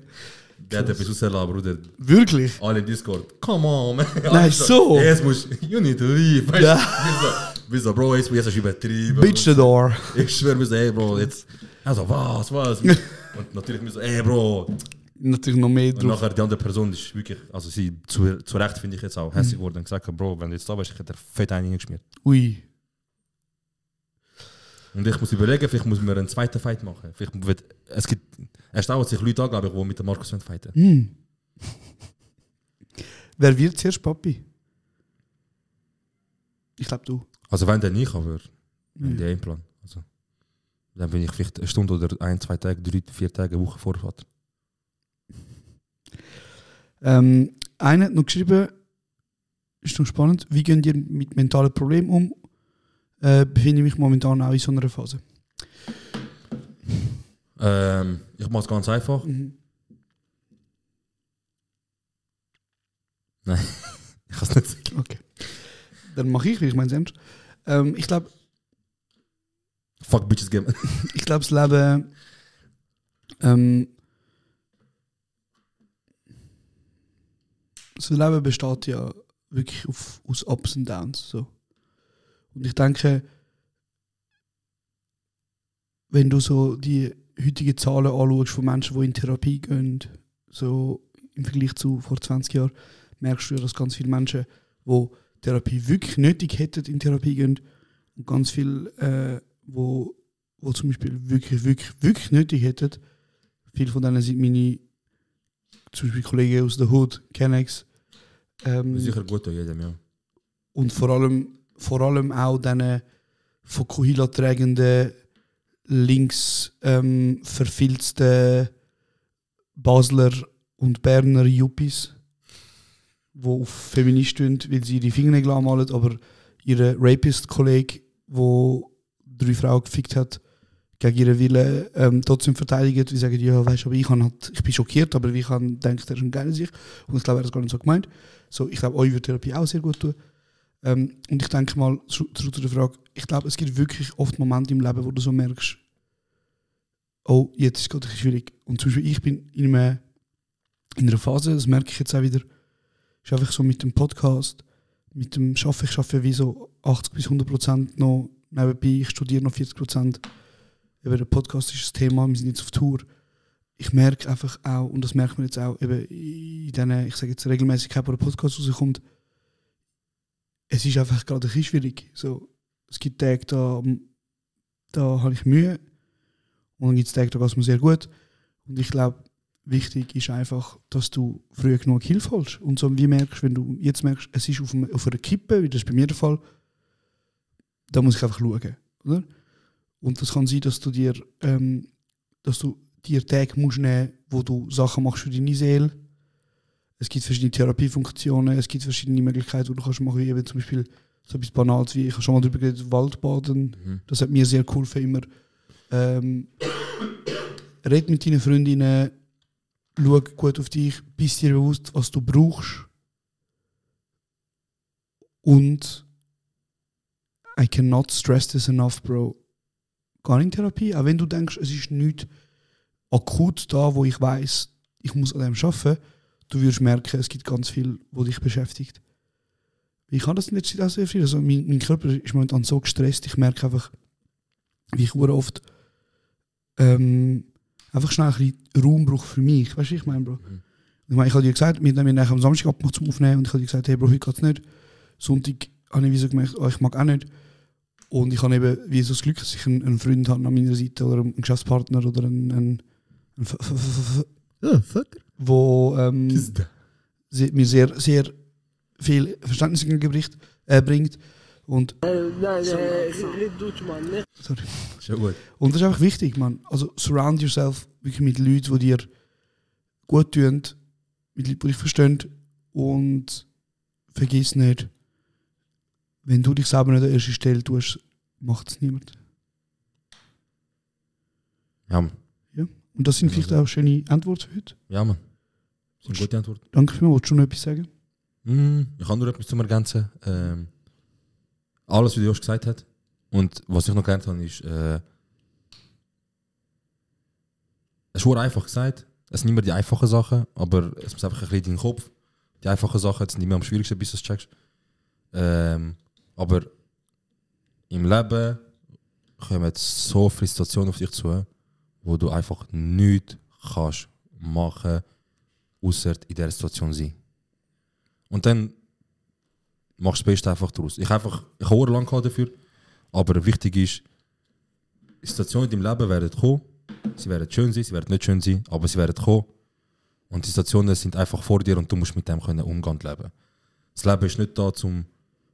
Speaker 10: Der hat etwas rausgelassen, Bruder.
Speaker 11: Wirklich?
Speaker 10: Alle in Discord. Come on, man.
Speaker 11: Nein, so.
Speaker 10: Jetzt musst you need to leave. Weißt
Speaker 11: Ja.
Speaker 10: du? Wir so, Bro, jetzt jetzt hast du übertrieben.
Speaker 11: Bitch the door.
Speaker 10: Ich schwöre, wir so, ey, Bro, jetzt. Also, was, was? Und natürlich, wir so, ey, Bro.
Speaker 11: Natürlich noch mehr
Speaker 10: Und
Speaker 11: drauf.
Speaker 10: nachher die andere Person ist wirklich, also sie zu, zu Recht finde ich jetzt auch
Speaker 11: Mhm.
Speaker 10: hässlich geworden und gesagt, hat, Bro, wenn du jetzt da bist, ich hätte dir fett einen hingeschmiert.
Speaker 11: Ui.
Speaker 10: Und ich muss überlegen, vielleicht muss man einen zweiten Fight machen. Vielleicht wird, es gibt, es dauert sich Leute an, glaube ich, die mit dem Markus wollen fighten.
Speaker 11: Hm. Wer wird zuerst Papi? Ich glaube du.
Speaker 10: Also wenn der nicht kann, wäre wenn der Plan. Also, dann bin ich vielleicht eine Stunde oder ein, zwei Tage, drei, vier Tage, eine Woche Vorfahrt.
Speaker 11: Ähm, einer hat noch geschrieben, ist noch spannend, wie geht ihr mit mentalen Problemen um? Äh, befinde mich momentan auch in so einer Phase.
Speaker 10: Ähm, ich mache es ganz einfach.
Speaker 11: Mhm.
Speaker 10: Nein, ich kann es nicht sagen.
Speaker 11: Okay. Dann mache ich, weil ich meine ernst. Ähm, ich glaube,
Speaker 10: Fuck Bitches Game.
Speaker 11: ich glaub, das Leben. Ähm, das Leben besteht ja wirklich auf, aus Ups und Downs. So. Und ich denke, wenn du so die heutigen Zahlen anschaust von Menschen, die in Therapie gehen, so im Vergleich zu vor 20 Jahren, merkst du ja, dass ganz viele Menschen, die Therapie wirklich nötig hätten, in Therapie gehen. Und ganz viele, äh, wo, wo zum Beispiel wirklich, wirklich, wirklich nötig hätten. Viele von denen sind meine, zum Beispiel Kollegen aus der Hood, Kennex. Ähm,
Speaker 10: Sicher gut an jedem, ja.
Speaker 11: und vor allem, vor allem auch diesen von Kuhila tragenden, links ähm, verfilzten Basler und Berner Juppies, die auf Feminist stehen, weil sie ihre Fingernägel anmalen, aber ihre Rapist-Kollege, wo drei Frauen gefickt hat, gegen ihren Willen ähm, trotzdem verteidigt, wie sagen, ja, weißt du, aber ich, han halt, ich bin schockiert, aber ich habe gedacht, er ist ein geiler sich. Und ich glaube, er hat es gar nicht so gemeint. So, ich glaube, euch würde Therapie auch sehr gut tun. Ähm, und ich denke mal, zu- zurück zu der Frage, ich glaube, es gibt wirklich oft Momente im Leben, wo du so merkst, oh, jetzt ist es gerade ein bisschen schwierig. Und zum Beispiel, ich bin in, einem, in einer Phase, das merke ich jetzt auch wieder, ist einfach so mit dem Podcast, mit dem Schaffen, ich schaffe wie so 80 bis 100 Prozent noch nebenbei, ich studiere noch 40 Prozent. Eben der Podcast ist das Thema, wir sind jetzt auf Tour. Ich merke einfach auch, und das merkt man jetzt auch, eben in diesen, ich sage jetzt regelmäßig, wo der Podcast rauskommt, es ist einfach gerade ein bisschen schwierig. So, es gibt Tage, da, da habe ich Mühe. Und dann gibt es Tage, da geht es mir sehr gut. Und ich glaube, wichtig ist einfach, dass du früh genug Hilfe holst. Und so wie merkst, wenn du jetzt merkst, es ist auf, einem, auf einer Kippe, wie das ist bei mir der Fall, da muss ich einfach schauen. Oder? Und das kann sein, dass du dir, ähm, dass du dir Tage musst nehmen, wo du Sachen machst für deine Seele. Es gibt verschiedene Therapiefunktionen, es gibt verschiedene Möglichkeiten, die du kannst machen, wie eben zum Beispiel so etwas Banales wie, ich habe schon mal darüber geredet, Waldbaden.
Speaker 10: Mhm.
Speaker 11: Das hat mir sehr geholfen immer. Ähm, red mit deinen Freundinnen, schau gut auf dich, bist dir bewusst, was du brauchst. Und I cannot stress this enough, Bro. Gar in Therapie, auch wenn du denkst, es ist nichts akut da, wo ich weiß, ich muss an dem arbeiten, du wirst merken, es gibt ganz viel, wo dich beschäftigt. Ich habe das in letzter Zeit auch sehr viel. Also mein, mein Körper ist momentan so gestresst, ich merke einfach, wie ich hure oft ähm, einfach schnell ein bisschen Raum brauche für mich. Weißt du, wie ich meine, Bro? Ich meine, ich habe dir gesagt, wir haben nachher am Samstag abgemacht zum Aufnehmen und ich habe dir gesagt, hey, Bro, heute geht's nicht. Sonntag habe ich wie so gemerkt, oh, ich mag auch nicht. Und ich habe eben wie so das Glück, dass ich einen, einen Freund habe an meiner Seite oder einen Geschäftspartner oder einen, einen, einen F- F- F- F- F- wo ähm,
Speaker 10: Ist da.
Speaker 11: sie- mir sehr, sehr viel Verständnis entgegenbricht- äh, bringt. Und, Sorry.
Speaker 10: Schon gut.
Speaker 11: Und das ist einfach wichtig, man. Also surround yourself wirklich mit Leuten, die dir gut tun, mit Leuten, die dich verstehen. Und vergiss nicht, wenn du dich selber nicht an erste Stelle tust, macht es niemand.
Speaker 10: Ja, Mann.
Speaker 11: Ja? Und das sind vielleicht auch schöne Antworten für heute.
Speaker 10: Ja, Mann. Das ist eine gute Antwort.
Speaker 11: Danke für mich. Wolltest du noch etwas sagen?
Speaker 10: Mm, ich kann nur etwas zum Ergänzen. Ähm, alles, was Josh gesagt hat. Und was ich noch gelernt habe, ist, äh, es ist sehr einfach gesagt. Es sind immer die einfachen Sachen, aber es muss einfach ein bisschen in den Kopf. Die einfachen Sachen sind immer am schwierigsten, bis du es checkst. Ähm, aber im Leben kommen so viele Situationen auf dich zu, wo du einfach nichts kannst machen, außer in dieser Situation sein. Und dann machst du das Beste einfach daraus. Ich einfach, ich habe lang dafür, aber wichtig ist, die Situationen in deinem Leben werden kommen. Sie werden schön sein, sie werden nicht schön sein, aber sie werden kommen. Und die Situationen sind einfach vor dir und du musst mit dem können umgehen und leben. Das Leben ist nicht da, um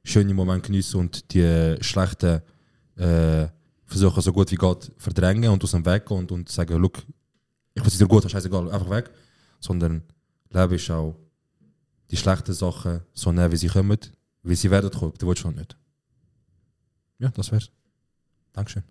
Speaker 10: schöne Momente genießen und die schlechten äh, versuchen, so gut wie geht, verdrängen und aus dem Weg gehen und, und sagen, look, ich weiß dir gut, scheißegal, einfach weg. Sondern Leben ist auch die schlechten Sachen so nehmen, wie sie kommen, wie sie werden kommen. Du willst schon nicht. Ja, das wär's. Dankeschön.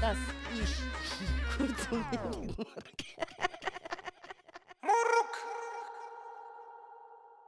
Speaker 9: Das ist kurz und